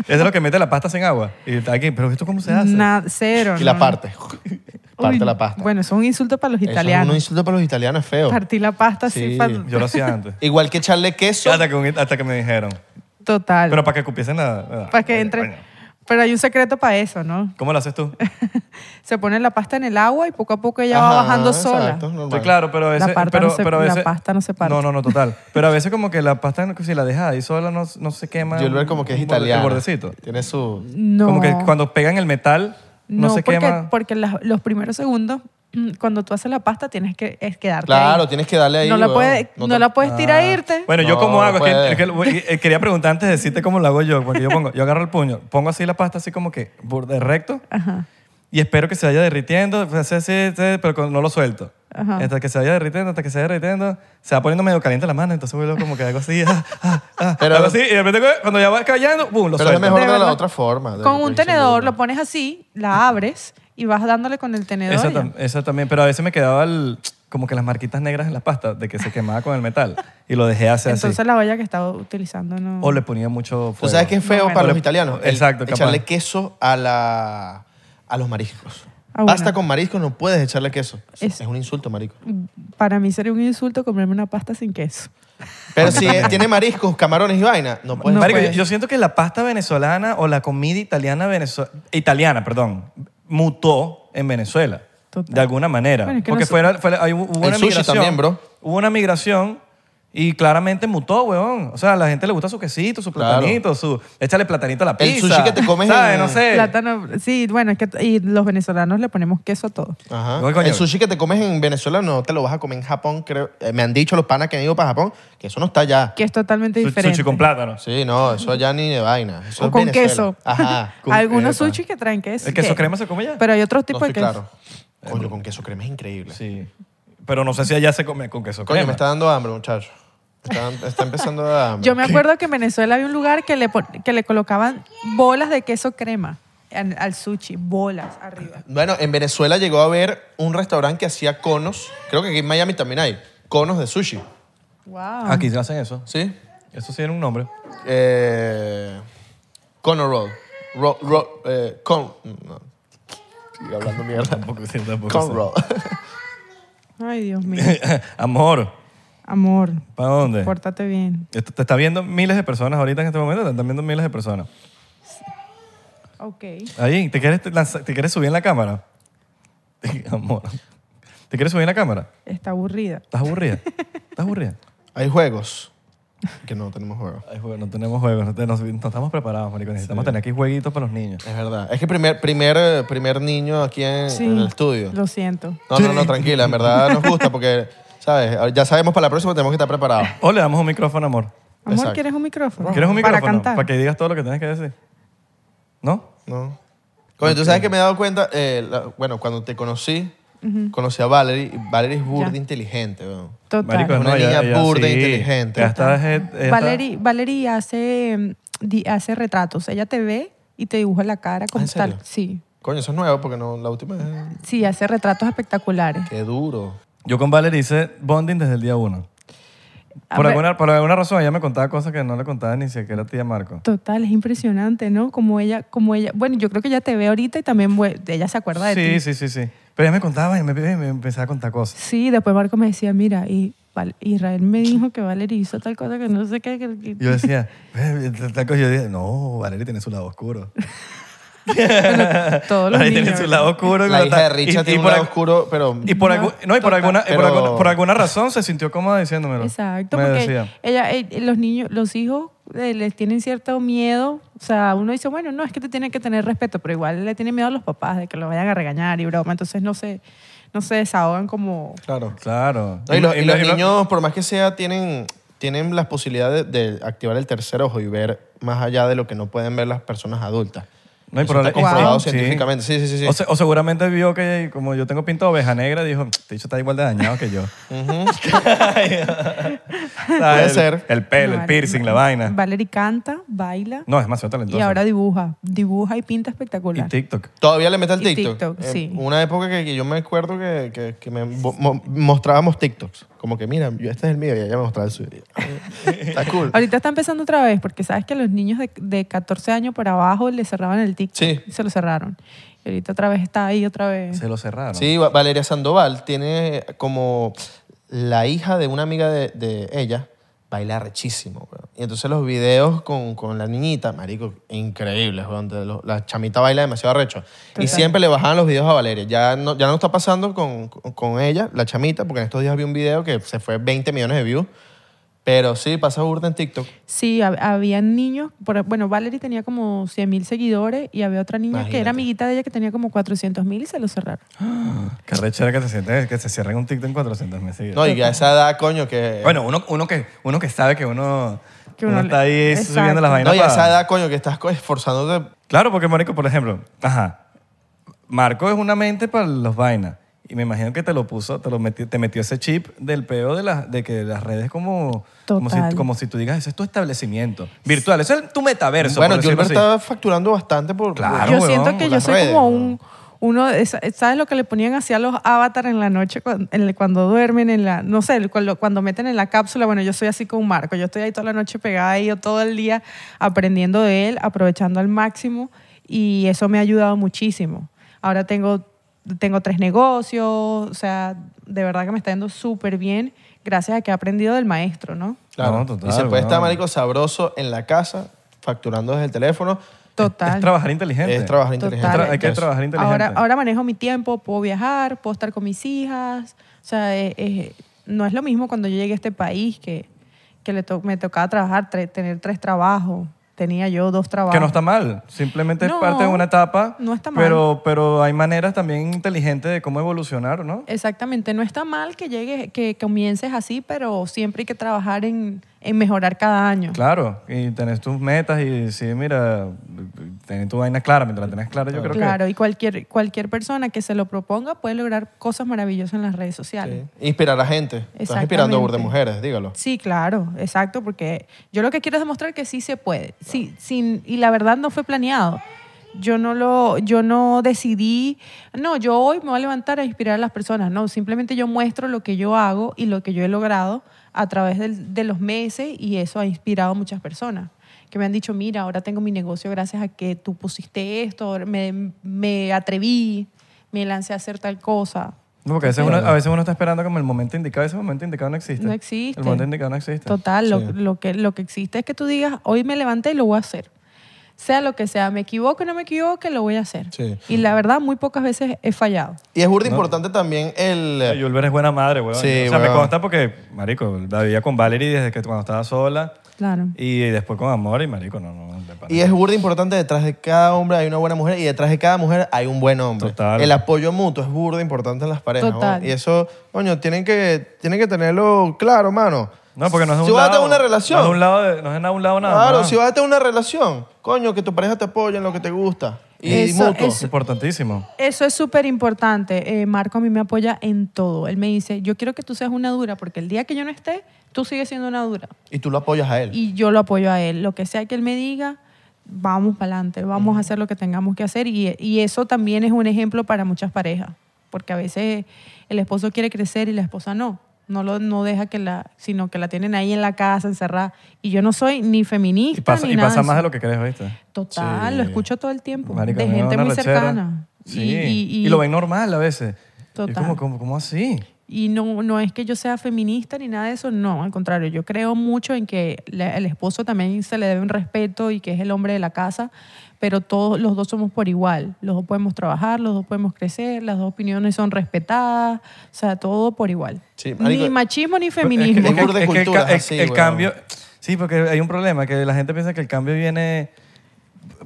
Es de lo que mete la pasta sin agua. Y está aquí, pero ¿esto cómo se hace?
Na- cero.
Y la
no.
parte. parte
Uy,
la pasta.
Bueno, eso es un insulto para los
Eso es
italianos.
un insulto para los italianos, es feo.
Partir la pasta así.
Sí.
pa-
Yo lo hacía antes.
Igual que echarle queso.
Hasta que, un- hasta que me dijeron.
Total.
Pero para que cupiesen la... la-
para que
Oye,
entre.
coño.
Pero hay un secreto para eso, ¿no?
¿Cómo lo haces tú?
Se pone la pasta en el agua y poco a poco ella va
Ajá,
bajando sola.
exacto, normal.
Estoy Pues claro, pero a veces...
parta
pero,
no se-
pero a
la
veces-
pasta no se parte.
No, no, no, total. Pero a veces como que la pasta, no- si la dejas ahí sola, no, no se quema.
Yo lo veo como que es
un borde-
italiano.
El bordecito.
Tiene su...
No.
Como que cuando pegan el metal, no, se
porque,
quema.
porque las- los primeros segundos, mm, cuando tú haces la pasta, tienes que es quedarte
Claro,
ahí.
tienes que darle ahí.
no, la
huevón.
puede- no,
te- Ah.
la puedes tirar e irte.
Ah. Bueno, yo
No,
como hago, es que-
puede.
es que lo- eh, quería preguntar antes de decirte cómo lo hago yo, porque yo pongo, yo agarro el puño, pongo así la pasta así como que borde recto
Ajá.
y espero que se vaya derritiendo, pues, así, así, así, pero con- no lo suelto.
Ajá.
Hasta que se vaya derritiendo, hasta que se vaya derritiendo, se va poniendo medio caliente la mano, entonces vuelvo como que hago así, ah, ah, ah,
Pero-
hago así, y de repente cuando ya va cayendo, ¡pum! lo
Pero es
suelto.
mejor
De
de, la
verdad.
otra forma. de-
Con un
de-
tenedor lo pones así, la abres y vas dándole con el tenedor.
Eso,
ya.
tam- eso también, pero a veces me quedaba el- como que las marquitas negras en la pasta de que se quemaba con el metal y lo dejé hacer así.
Entonces la olla que estaba utilizando no...
O le ponía mucho fuego.
¿Tú sabes qué es feo
Bueno.
para los
Le-
italianos? El
Exacto, capaz.
Echarle queso a, la, a los mariscos.
Ah, bueno.
Pasta con mariscos no puedes echarle queso. Es,
Es-
un insulto, marico.
Para mí sería un insulto comerme una pasta sin queso.
Pero si eh, tiene mariscos, camarones y vaina, no puedes.
No
Ah, Pues,
pues.
Marico, yo,
puedes.
yo siento que la pasta venezolana o la comida italiana venezolana, italiana, perdón, mutó en Venezuela.
Total.
De alguna manera.
Bueno, es que
Porque
no-
fuera, fue- hay- hubo una
sushi
migración.
también, bro.
Hubo una migración y claramente mutó, weón. O sea, a la gente le gusta su quesito, su
Claro.
platanito, su. Échale platanito a la
El
pizza.
sushi que te comes
¿Sabes?
en-
No sé.
Plátano, sí, bueno, es que y los venezolanos le ponemos queso a todo.
Ajá.
No, coño.
El sushi que te comes en Venezuela no te lo vas a comer en Japón, creo. Eh, me han dicho los panas que han ido para Japón que eso no está allá.
Que es totalmente
Su-
diferente.
Sushi con plátano.
Sí, no, eso allá ni de vaina. Eso
O
es
con
Venezuela.
queso.
Ajá.
Con-
Algunos
epa.
sushi que traen queso.
¿El queso
que-
crema se come ya?
Pero hay otros
No
tipos
estoy
de queso.
claro. Coño, con queso crema es increíble.
Sí. Pero no sé si allá se come con queso.
Coño,
crema.
me está dando hambre, muchacho. Me Está, me está empezando a dar hambre.
Yo me acuerdo que en Venezuela había un lugar que le, pon- que le colocaban bolas de queso crema al, al sushi, bolas arriba.
Bueno, en Venezuela llegó a haber un restaurante que hacía conos. Creo que aquí en Miami también hay. Conos de sushi.
Wow.
Aquí se hacen eso.
¿Sí?
Eso sí era un nombre.
Eh, cono roll. Ro- ro- eh, con. No. Sigo hablando mierda.
Tampoco, sí, tampoco sé.
Con roll.
Ay, Dios mío.
Amor,
Amor,
¿para dónde?
pórtate bien.
Esto te está viendo miles de personas ahorita en este momento, te están viendo miles de personas.
Ok.
Ahí, ¿te quieres, te lanza- te quieres subir en la cámara? Amor. ¿Te quieres subir en la cámara?
Está aburrida.
¿Estás aburrida? ¿Estás aburrida?
Hay juegos. Que no tenemos juegos.
Ay, juego, no tenemos juegos, no, te- no- no estamos preparados, maricón. Necesitamos tener aquí jueguitos para los niños.
Es verdad. Es que primer, primer, eh, primer niño aquí en,
Sí.
en el estudio.
Lo siento.
No, no, no, tranquila. En verdad nos gusta porque ¿Sabes? Ahora Ya sabemos para la próxima, tenemos que estar preparados.
O Oh, le damos un micrófono, amor.
Amor,
Exacto.
¿quieres un micrófono?
¿Quieres un micrófono?
Para cantar.
que digas todo lo que tienes que decir. ¿No?
No. Coño, tú sabes que me he dado cuenta, eh, la- bueno, cuando te conocí, conocí a Valerie. y Valerie es burda
Ya.
inteligente, weón.
Total.
Marico,
Una
no,
niña
ella, ella
burda e
sí.
inteligente.
Ya está, ella está-
Valerie, Valerie hace, mm, di- hace retratos. Ella te ve y te dibuja la
¿Ah,
cara como
¿En serio?
tal. Sí.
Coño, eso es nuevo porque no, la última es...
Sí, hace retratos espectaculares.
Qué duro.
Yo con Valerie hice bonding desde el día uno.
A
Por
ver,
alguna, por alguna razón ella me contaba cosas que no le contaba ni siquiera a tía Marco.
Total, es impresionante, ¿no? Como ella, como ella. Bueno, yo creo que ella te ve ahorita y también vue- ella se acuerda de ti.
Sí, sí, sí, sí. Pero ella me contaba y me, me empezaba a contar cosas.
Sí, después Marco me decía, mira, y Val- Israel me dijo que Valerie hizo tal cosa que no sé qué. que- que-
Y Yo decía, "Eh, tal- tal cosa". yo decía, no, Valerie tiene su lado oscuro.
todos los
Valerie tiene
niños,
su lado oscuro.
La
y
hija
tal.
de Richard
Y- y
tiene un
por
lado
al-
oscuro, pero...
Y por, algu- no, y por, alguna, y por,
Pero-
alguna, por alguna razón se sintió cómoda diciéndomelo.
Exacto,
Me
porque
decía.
ella, eh, los niños, los hijos eh, les tienen cierto miedo. O sea, uno dice, bueno, no, es que te tienen que tener respeto, pero igual le tienen miedo a los papás de que lo vayan a regañar y broma. Entonces no se, no se desahogan como...
Claro.
Claro.
No, y, los, y los
y lo-
niños, por más que sea, tienen, tienen las posibilidades de, de activar el tercer ojo y ver más allá de lo que no pueden ver las personas adultas.
No hay
Eso
problema.
Está comprobado
Sí.
científicamente. Sí, sí, sí. sí.
O, se- o seguramente vio que como yo tengo pinta de oveja negra, dijo, este bicho está igual de dañado que yo.
Puede
el,
ser.
El pelo, el
Vale-
piercing, la vaina.
Valerie canta, baila
No, es demasiado
y
talentoso.
ahora dibuja. Dibuja y pinta
Y
espectacular.
TikTok.
Todavía le mete al
Y
TikTok.
TikTok,
Eh,
sí.
Una época que, que yo me acuerdo que, que- que me bo- mo- mostrábamos TikToks. Como que, mira, yo este es el mío y ella me mostraba el suyo. Está cool.
Ahorita está empezando otra vez porque sabes que a los niños de, de 14 años para abajo le cerraban el TikTok
Sí.
y se lo cerraron. Y ahorita otra vez está ahí, otra vez.
Se lo cerraron.
Sí, Va- Valeria Sandoval tiene como la hija de una amiga de, de ella baila rechísimo. weón. Y entonces los videos con, con la niñita, marico, increíbles. weón. Te lo- La chamita baila demasiado recho. Y
Total.
siempre le bajaban los videos a Valeria. Ya no, ya no está pasando con, con- con ella, la chamita, porque en estos días vi un video que se fue 20 millones de views. Pero sí, pasa burda en TikTok.
Sí, hab- había niños, por- e, bueno, Valerie tenía como 100 mil seguidores y había otra niña que
Imagínate.
era amiguita de ella que tenía como 400 mil y se lo cerraron.
Qué rechera que se siente que se cierren un TikTok en 400 mil seguidores.
No, y a esa edad, coño, que...
Bueno, uno, uno, que, uno que sabe que uno,
Que
uno
uno le-
está ahí
Exacto.
subiendo las vainas.
no, y a
para-
esa edad, coño, que estás co- esforzándote
Claro, porque Marico, por ejemplo, ajá, Marco es una mente para los vainas. Y me imagino que te lo puso, te, lo metió, te metió ese chip del peo de, las de que las redes como, como, si,
Total.
como si tú digas, ese es tu establecimiento virtual, ese es tu metaverso.
Bueno,
por
Gilbert
decirlo así.
estaba facturando bastante por.
Claro,
yo
huevón,
siento
por
que yo
Ah, las
soy
redes,
como
¿no?
un, uno, de esa- ¿sabes lo que le ponían así a los avatares en la noche cuando, cuando duermen, en la, no sé, cuando, cuando meten en la cápsula? Bueno, yo soy así con Marco, yo estoy ahí toda la noche pegada ahí, yo todo el día aprendiendo de él, aprovechando al máximo y eso me ha ayudado muchísimo. Ahora tengo, tengo tres negocios, o sea, de verdad que me está yendo súper bien gracias a que he aprendido del maestro, ¿no?
Claro.
No, total,
y se puede
weón.
estar, marico, sabroso en la casa, facturando desde el teléfono.
Total.
Es trabajar inteligente.
Es trabajar inteligente.
Total.
Hay que
Eso.
trabajar inteligente.
Ahora, ahora manejo mi tiempo, puedo viajar, puedo estar con mis hijas. O sea, eh, eh, no es lo mismo cuando yo llegué a este país que, que le to- me tocaba trabajar, tre- tener tres trabajos. Tenía yo dos trabajos.
Que no está mal, simplemente es
No,
parte de una etapa.
no está mal.
Pero, pero hay maneras también inteligentes de cómo evolucionar, ¿no?
Exactamente, no está mal que llegues, que comiences así, pero siempre hay que trabajar en, en mejorar cada año.
Claro, y tenés tus metas y sí, mira, tenés tu vaina clara, mientras la tenés clara yo creo
Claro, y cualquier, cualquier persona que se lo proponga puede lograr cosas maravillosas en las redes sociales.
Sí. Inspirar a gente. Estás inspirando a burda de mujeres, dígalo.
Sí, claro, exacto, porque yo lo que quiero es demostrar que sí se puede. Sí, sin, y la verdad no fue planeado. Yo no lo, yo no decidí, no, yo hoy me voy a levantar a inspirar a las personas. No, simplemente yo muestro lo que yo hago y lo que yo he logrado a través del- de los meses y eso ha inspirado a muchas personas que me han dicho, mira, ahora tengo mi negocio gracias a que tú pusiste esto, ahora me, me atreví, me lancé a hacer tal cosa.
que. No, porque a veces, uno, a veces uno está esperando como el momento indicado, ese momento indicado no existe.
No existe.
El momento indicado no existe.
Total, lo, lo que, lo que existe es que tú digas, hoy me levanté y lo voy a hacer. Sea lo que sea, me equivoco o no me equivoque, lo voy a hacer.
Sí.
Y la verdad, muy pocas veces he fallado.
Y es burda importante también el.
Julber Eh, es buena madre, weón.
Sí,
o sea, me
weón.
consta porque, marico, la vivía con Valerie desde que cuando estaba sola.
Claro.
Y después con amor y marico, no, no. de pana.
Y es burda importante, detrás de cada hombre hay una buena mujer y detrás de cada mujer hay un buen hombre.
Total.
El apoyo mutuo es burda importante en las parejas.
Total.
¿no? Y eso, coño, tienen que, tienen que tenerlo claro, mano.
No, porque no es de un
Si vas a
lado.
tener una relación.
No es de un lado, de- no es de un lado nada.
Claro,
más.
si vas a tener una relación, coño, que tu pareja te apoye en lo que te gusta. Y
Eso,
mutuo.
eso.
Importantísimo.
Eso es súper importante. Eh, Marco a mí me apoya en todo. Él me dice, yo quiero que tú seas una dura, porque el día que yo no esté, tú sigues siendo una dura.
Y tú lo apoyas a él.
Y yo lo apoyo a él. Lo que sea que él me diga, vamos para adelante, vamos a hacer lo que tengamos que hacer. Y, y eso también es un ejemplo para muchas parejas, porque a veces el esposo quiere crecer y la esposa no. No, lo, no deja que la, sino que la tienen ahí en la casa encerrada. Y yo no soy ni feminista.
Y pasa,
ni
y
nada
pasa
eso.
más de lo que crees, ¿viste?
Total,
Sí.
lo escucho todo el tiempo.
Marico,
de
me da
gente
una
muy
rechera.
cercana.
Sí.
Y, y- y-
lo ven normal a veces. Y es
Total.
como, como, ¿cómo así?
y no, no es que yo sea feminista ni nada de eso, no, al contrario, yo creo mucho en que la- el esposo también se le debe un respeto y que es el hombre de la casa, pero todos los dos somos por igual, los dos podemos trabajar, los dos podemos crecer, las dos opiniones son respetadas, o sea, todo por igual.
Sí, marico.
ni machismo ni
Es que-
feminismo.
es que-
Burda de
es que el ca-
culturas,
es-
así,
El
weón.
cambio. Sí, porque hay un problema, que la gente piensa que el cambio viene.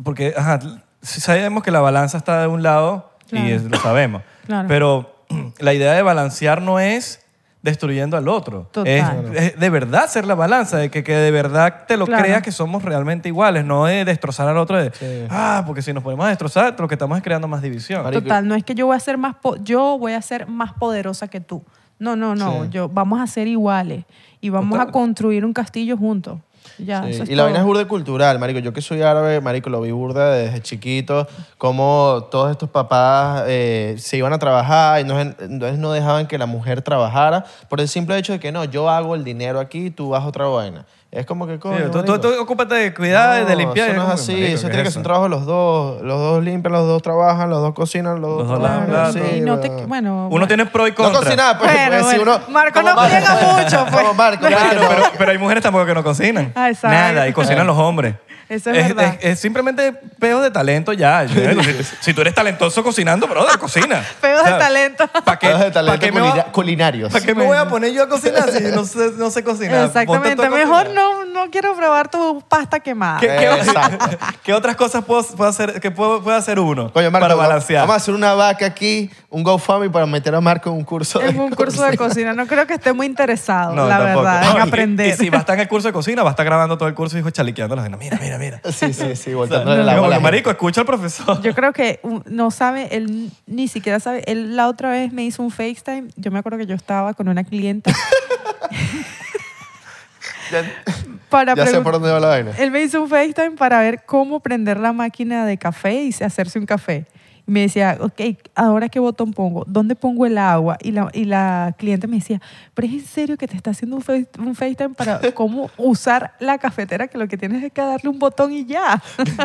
Porque, ajá, sí sabemos que la balanza está de un lado y
Claro.
es- lo sabemos.
Claro.
Pero la idea de balancear no es destruyendo al otro.
Total.
Es,
Claro.
es de verdad ser la balanza, de que, que de verdad te lo
Claro.
creas que somos realmente iguales, no de destrozar al otro. De, Ah, porque si nos ponemos a destrozar, lo que estamos es creando más división.
Marico.
Total, no es que yo voy a ser más po- yo voy a ser más poderosa que tú. No, no, no,
Sí.
yo vamos a ser iguales y vamos
Total.
a construir un castillo juntos. Ya,
Sí,
eso es
Y la vaina es
todo.
burda cultural, marico. Yo que soy árabe, marico, lo vi burda desde chiquito, como todos estos papás eh, se iban a trabajar y no, entonces no dejaban que la mujer trabajara por el simple hecho de que no, yo hago el dinero aquí, tú haz otra vaina. Es como que, coño,
Sí, tú, tú,
marico.
tú ocúpate de cuidar,
No,
de limpiar.
Eso no es
como,
así,
marico,
eso
¿qué
tiene
es
que ser un trabajo de los dos. Los dos limpian, los dos trabajan, los dos cocinan,
Los
los, dos
dos lavan
trabajan,
platos.
sí,
Y no te-
bla, bla.
bueno,
Uno tiene pro y
No
contra.
cocinar, pues,
Bueno,
pues, si
bueno.
uno-
Marco
como
no friega mucho, pues.
Como Marco, pues,
Claro,
no.
pero, pero hay mujeres tampoco que no cocinan.
Ah, exacto.
Nada, y cocinan los hombres.
Eso es verdad.
Es, es simplemente peos de talento ya. Yo- si, si tú eres talentoso cocinando, brother, cocina.
Peos de talento.
¿Para qué,
Peos de
pa'
talento
qué me
culina-
va-
culinarios.
pa' qué me voy a poner yo a cocinar si no sé, no sé cocinar? Ponte tú
Exactamente.
a
Mejor
cocinar.
no, no quiero probar tu pasta quemada.
¿Qué, qué-
Exacto.
qué otras cosas puedo, puedo hacer, que puedo, puedo hacer uno
Coño, Marco,
para balancear?
Vamos a hacer una vaca aquí, un GoFundMe para meter a Marco en un curso de
Es un curso de cocina. No creo que esté muy interesado,
No,
la
tampoco.
verdad,
No,
en
y-
aprender.
Y, si va a estar en el curso de cocina, va a estar grabando todo el curso y hijo chaliqueando a la gente. Mira, mira, mira.
Sí, sí, sí,
O sea,
volteándole la
como
bola.
que, marico, escucha al profesor.
Yo creo que un- no sabe, él ni siquiera sabe. Él la otra vez me hizo un FaceTime. Yo me acuerdo que yo estaba con una clienta para
Ya sé
pregun-
por dónde va la vaina.
Él me hizo un FaceTime para ver cómo prender la máquina de café y hacerse un café. Y me decía, ok, ¿ahora qué botón pongo? ¿Dónde pongo el agua? Y la, y la cliente me decía, pero es en serio que te está haciendo un, face- un FaceTime para cómo usar la cafetera, que lo que tienes es que darle un botón y ya.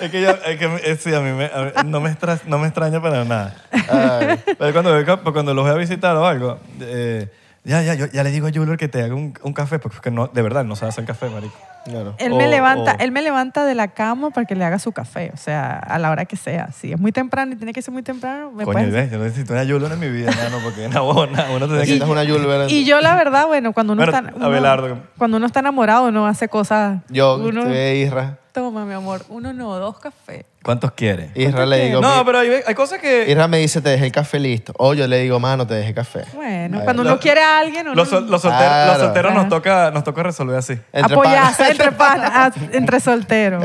Es que, yo, es que eh, sí, a mí, me- a mí- no, me extra- no me extraña para nada.
Ay,
Pero cuando, voy a- cuando los voy a visitar o algo, eh, ya, ya, yo, ya le digo a Julio que te haga un, un café, porque es que no, de verdad no sabe hacer café, marico.
claro.
Él me
O-
levanta,
o-
él me levanta de la cama para que le haga su café, o sea, a la hora que sea. Si es muy temprano y tiene que ser muy temprano, me
Coño,
puedes
¿ves? yo necesito una Julio en mi vida, hermano, porque en abona uno tiene
Necesitas
que...
una Yulver.
Y yo, la verdad, bueno, cuando uno,
Bueno,
está, uno-
Abelardo. eh,
cuando uno está enamorado, no hace cosas.
Yo,
uno,
tuve Isra.
Toma, mi amor, uno no, dos cafés.
¿Cuántos quiere?
Isra le
quieres?
digo.
No,
mi-
pero hay, ve- hay cosas que...
Isra me dice, te dejé el café listo. O yo le digo, mano, te dejé café.
Bueno,
Ay,
cuando
lo-
uno quiere a alguien, uno
Los, sol- los solteros, los
Claro.
solteros
Ajá.
nos, toca, nos toca resolver así.
Entre
apoyarse
panas.
entre panas, entre solteros.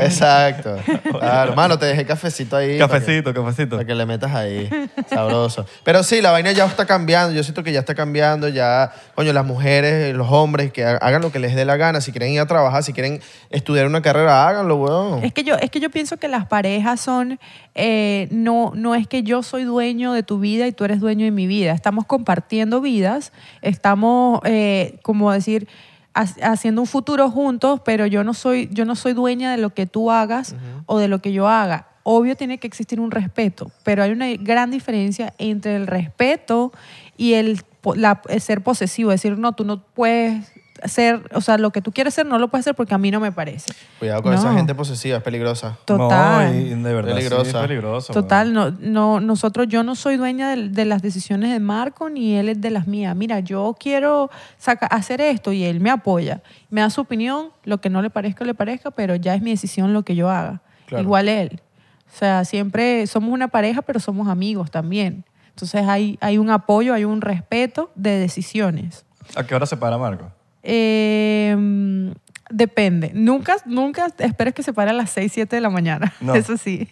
Exacto. Claro, mano, te dejé cafecito ahí. para que-
Cafecito, cafecito.
Para que le metas ahí, sabroso. Pero sí, la vaina ya está cambiando. Yo siento que ya está cambiando. Ya, coño, las mujeres, los hombres, que ha- hagan lo que les dé la gana. Si quieren ir a trabajar, si quieren estudiar una carrera, háganlo,
Oh.
weón.
Es que, yo, es que yo pienso que las parejas son, eh, no, no es que yo soy dueño de tu vida y tú eres dueño de mi vida. Estamos compartiendo vidas, estamos, eh, como decir, ha- haciendo un futuro juntos, pero yo no soy, yo no soy dueña de lo que tú hagas o de lo que yo haga. Obvio tiene que existir un respeto, pero hay una gran diferencia entre el respeto y el, po- la- el ser posesivo, decir, no, tú no puedes ser, o sea, lo que tú quieres ser no lo puedes hacer porque a mí no me parece.
Cuidado con
No.
esa gente posesiva, es peligrosa.
Total.
No, y de verdad, sí,
Peligrosa.
es peligroso.
Total, no, no, nosotros, yo no soy dueña del- de, las decisiones de Marco ni él es de las mías. Mira, yo quiero saca- hacer esto y él me apoya. Me da su opinión, lo que no le parezca, le parezca, pero ya es mi decisión lo que yo haga.
Claro.
Igual él. O sea, siempre somos una pareja, pero somos amigos también. Entonces hay, hay un apoyo, hay un respeto de decisiones.
weón. ¿A qué hora se para Marco?
Eh, mm, depende. Nunca, nunca esperes que se pare a las 6, 7 de la mañana.
No.
Eso sí.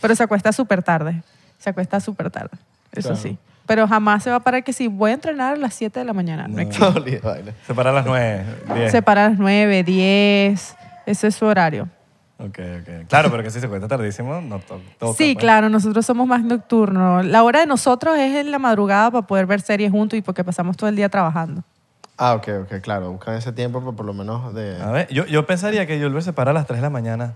Pero se acuesta súper tarde. Se acuesta súper tarde. Eso
Claro.
sí. Pero jamás se va a parar que si voy a entrenar a las 7 de la mañana. No existe.
Solía, vaina.
Se para a las nueve, diez.
Se para a las 9, 10. Ese es su horario.
Ok, ok. Claro, pero que si se cuenta tardísimo, no to toca,
sí,
pues.
claro, nosotros somos más nocturnos. La hora de nosotros es en la madrugada para poder ver series juntos y porque pasamos todo el día trabajando.
Ah, ok, ok, claro. Buscan ese tiempo, pero por lo menos de...
A ver, yo, yo pensaría que Julber se para a las 3 de la mañana.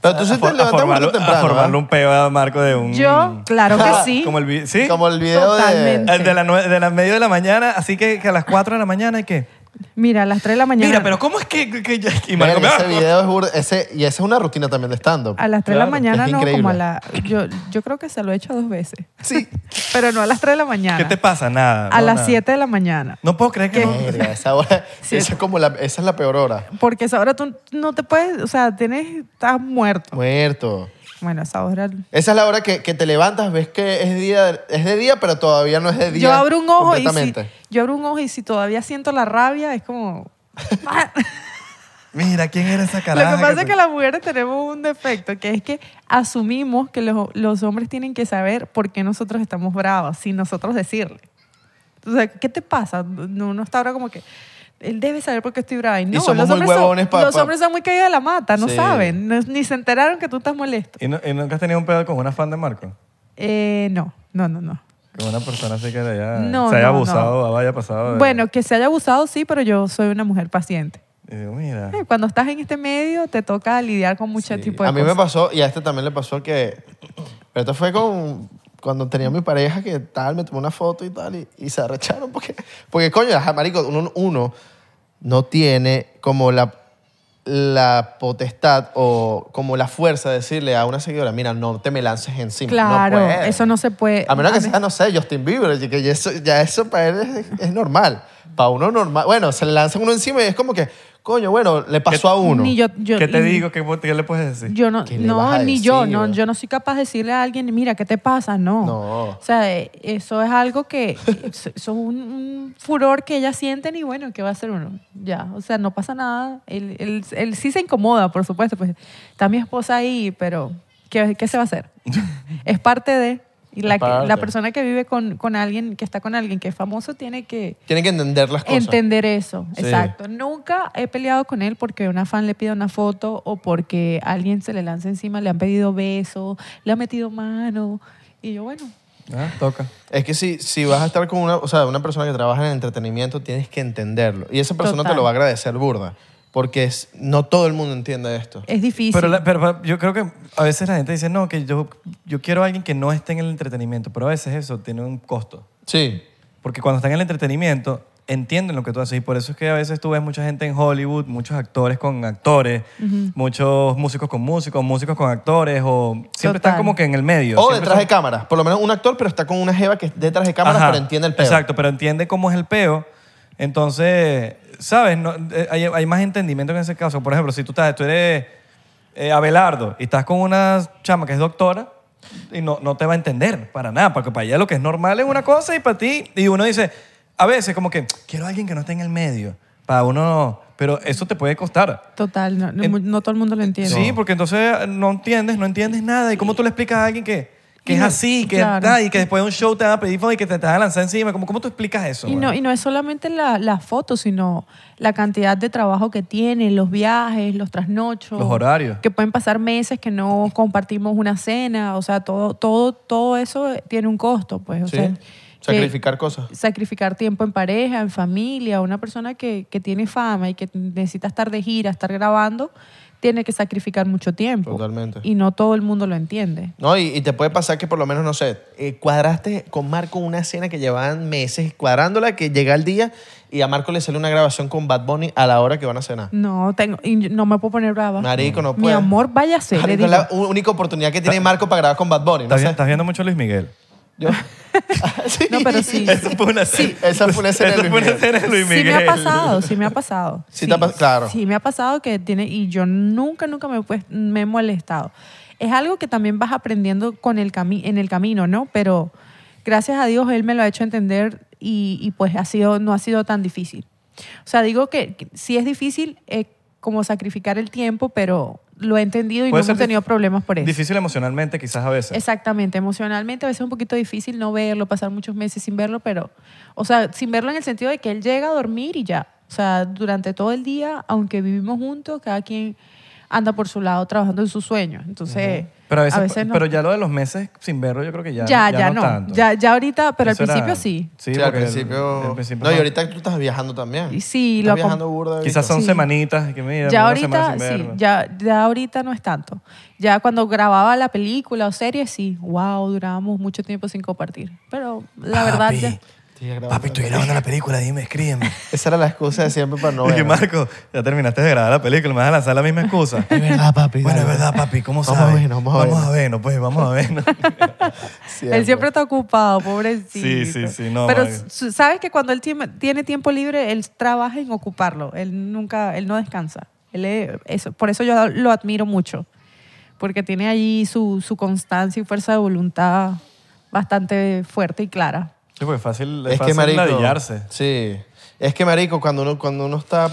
Pero tú sí
for-
te levantas muy
formarle- a
temprano,
formarle
¿verdad?
un peo a Marco de un...
Yo, claro que sí.
Mm. Como el, vi- ¿sí? Eh,
Como el video
Totalmente.
de...
El de las nue- de las medio de la mañana, así que, que a las 4 de la mañana hay que...
Mira, a las 3 de la mañana.
Mira, pero ¿cómo es que... que ya- y Marco,
Verga, ese
"Ah".
video es... burde- Ese, y esa es una rutina también de stand-up.
A las 3 de la
Claro,
mañana
es
no,
increíble.
como a la... Yo, yo creo que se lo he hecho dos veces.
Sí.
Pero no a las 3 de la mañana.
¿Qué te pasa? Nada.
A
no,
las
nada.
7 de la mañana.
No puedo creer que...
¿Qué?
no-
Verga, esa, hora,
Sí.
esa es como la, esa es la peor hora.
Porque a esa hora tú no te puedes... O sea, tienes... Estás muerto.
Muerto.
Bueno, a esa hora...
Esa es la hora que, que te levantas, ves que es día, es de día, pero todavía no es de día.
Yo abro un ojo y si...
completamente.
Yo abro un ojo y si todavía siento la rabia, es como...
Mira, ¿quién era esa
Lo
caraja?
que pasa
te-
es que las mujeres tenemos un defecto, que es que asumimos que los, los hombres tienen que saber por qué nosotros estamos bravos, sin nosotros decirle. O sea, ¿qué te pasa? No, Uno está ahora como que él debe saber por qué estoy brava. Y no,
somos
los,
muy
hombres
huevones
son,
pa-
los
pa-
hombres son muy caídos de la mata, no
Sí.
saben, no- ni se enteraron que tú estás molesto.
¿Y, no- y nunca has tenido un pedo con una fan de Marco?
Eh, no, no, no, no.
Con una persona así que le haya,
No,
se haya
no, no.
abusado, haya pasado. de-
Bueno, que se haya abusado, sí, pero yo soy una mujer paciente.
Y digo, mira.
Eh, Cuando estás en este medio, te toca lidiar con mucho
Sí.
tipo de
a mí
cosas.
me pasó, y a este también le pasó que. Pero esto fue con. Cuando tenía mi pareja que tal, me tomó una foto y tal, y, y se arrecharon porque. Porque, coño, ajá, marico, uno, uno no tiene como la, la potestad o como la fuerza de decirle a una seguidora, mira, no te me lances encima.
Claro,
no puedes.
eso no se puede.
A menos que
Eh, A mí-
sea, no sé, Justin Bieber, y que ya eso, ya eso para él es, es normal. Para uno normal. Bueno, se le lanzan uno encima y es como que, coño, bueno, le pasó a uno.
Ni yo- yo-
¿Qué te
y-
digo? ¿Qué, qué le puedes decir?
Yo no,
¿Qué le vas
no
a
ni yo,
decir?
no, yo no soy capaz de decirle a alguien, mira, ¿qué te pasa? No.
No.
O sea, eh, eso es algo que, eso es un, un furor que ellas sienten y bueno, ¿qué va a hacer uno? Ya, o sea, no pasa nada. Él, él- él sí se incomoda, por supuesto, pues está mi esposa ahí, pero ¿qué, qué se va a hacer? es parte de... y la, que- la
Parte.
persona que vive con, con alguien, que está con alguien que es famoso, tiene que
Tienen que entender las cosas.
entender eso,
Sí.
exacto. Nunca he peleado con él porque una fan le pida una foto o porque alguien se le lanza encima, le han pedido beso, le han metido mano. Y yo, bueno,
Ah, toca.
Es que si, si vas a estar con una, o sea, una persona que trabaja en entretenimiento, tienes que entenderlo. Y esa persona te
Total.
lo va a agradecer burda. Porque es- no todo el mundo entiende esto.
es difícil.
Pero, la- pero- pero yo creo que a veces la gente dice, no, que yo, yo quiero a alguien que no esté en el entretenimiento, pero a veces eso tiene un costo.
Sí.
Porque cuando están en el entretenimiento, entienden lo que tú haces. Y por eso es que a veces tú ves mucha gente en Hollywood, muchos actores con actores, muchos músicos con músicos, músicos con actores, o siempre
Total.
están como que en el medio.
O
siempre
detrás de
están-
cámaras. Por lo menos un actor, pero está con una jeva que es detrás de cámaras,
Ajá,
pero entiende el pedo.
Exacto, pero entiende cómo es el peo. Entonces, ¿sabes? No, eh, hay, hay más entendimiento que en ese caso. Por ejemplo, si tú, estás, tú eres eh, Abelardo y estás con una chama que es doctora y no, no te va a entender para nada, porque para ella lo que es normal es una cosa y para ti, y uno dice, a veces como que, quiero a alguien que no esté en el medio, para uno, pero eso te puede costar.
Total, no, no-
En-
no todo el mundo lo entiende.
Sí, porque entonces eh, no entiendes, no entiendes nada. ¿Y cómo tú le explicas a alguien que, que
Y
es
no-
así, que
claro.
tal, y que después de un show te van a pedir fotos y que te, te van a lanzar encima? ¿Cómo, cómo tú explicas eso?
Y no,
weón?
y no es solamente la, las fotos, sino la cantidad de trabajo que tiene, los viajes, los trasnochos.
Los horarios.
Que pueden pasar meses que no compartimos una cena. O sea, todo, todo, todo eso tiene un costo, pues. O
Sí.
sea, que-
Sacrificar cosas.
sacrificar tiempo en pareja, en familia, una persona que, que tiene fama y que necesita estar de gira, estar grabando, tiene que sacrificar mucho tiempo.
Totalmente.
Y no todo el mundo lo entiende.
No, y, y te puede pasar que por lo menos, no sé, eh, cuadraste con Marco una cena que llevaban meses cuadrándola, que llega el día y a Marco le sale una grabación con Bad Bunny a la hora que van a cenar.
No, tengo, y yo- no me puedo poner brava.
Marico, no
Mi
puede.
amor, váyase, le
Marico,
digo.
es la u- única oportunidad que tiene Marco para grabar con Bad Bunny. No
¿Estás, vi-
sé.
estás viendo mucho a Luis Miguel.
Yo- Sí.
No, pero sí.
Eso fue una,
Esa fue una escena
Eso
de Luis
fue una
Miguel.
escena de Luis
Sí me
Miguel.
ha pasado, sí me ha pasado.
Sí te ha pas- claro.
Sí me ha pasado que tiene y yo nunca nunca me, he puest- me he molestado. Es algo que también vas aprendiendo con el cami en el camino, ¿no? Pero gracias a Dios él me lo ha hecho entender y, y pues ha sido no ha sido tan difícil. O sea, digo que, que sí es difícil eh, como sacrificar el tiempo, pero lo he entendido y no
Puede ser
hemos tenido
dif-
problemas por eso.
Difícil emocionalmente quizás a veces.
Exactamente, emocionalmente a veces es un poquito difícil no verlo, pasar muchos meses sin verlo, pero, o sea, sin verlo en el sentido de que él llega a dormir y ya. O sea, durante todo el día, aunque vivimos juntos, cada quien anda por su lado trabajando en sus sueños. Entonces,
Pero, a veces,
no.
pero ya lo de los meses sin verlo, yo creo que ya.
ya, ya, no.
tanto.
Ya, ya ahorita, pero
Eso
al
era-
principio sí.
Sí,
Sí, al
porque el-
principio.
el principio
No, y
no.
ahorita tú estás viajando también.
Y sí,
Estás
lo acom-
viajando burda. de
Quizás
bicho.
son
Sí.
semanitas. Que mira,
Ya
una semana
ahorita,
sin
sí,
verlo.
ya, ya ahorita no es tanto. Ya cuando grababa la película o serie, sí, wow, durábamos mucho tiempo sin compartir. Pero la verdad,
Papi,
ya,
Estoy grabando.
Papi, estoy grabando la película, dime, escríbeme.
Esa era la excusa de siempre para no
Oye,
ver.
Marco, ya terminaste de grabar la película, me vas a lanzar la misma excusa.
Es verdad, papi.
Bueno, es
dale.
verdad, papi, ¿cómo
Vamos
sabes?
a vernos, vamos a vernos.
vernos, pues, vamos a vernos.
Él siempre está ocupado, pobrecito.
Sí, sí, sí, no,
Pero
marico.
s- sabes que cuando él tiene tiene tiempo libre, él trabaja en ocuparlo. Él nunca, él no descansa. Él es- eso, por eso yo lo admiro mucho. Porque tiene allí su, su constancia y fuerza de voluntad bastante fuerte y clara.
Sí, porque fácil, es
Es
fácil
que marico.
ladillarse.
Sí. Es que marico, cuando uno, cuando uno está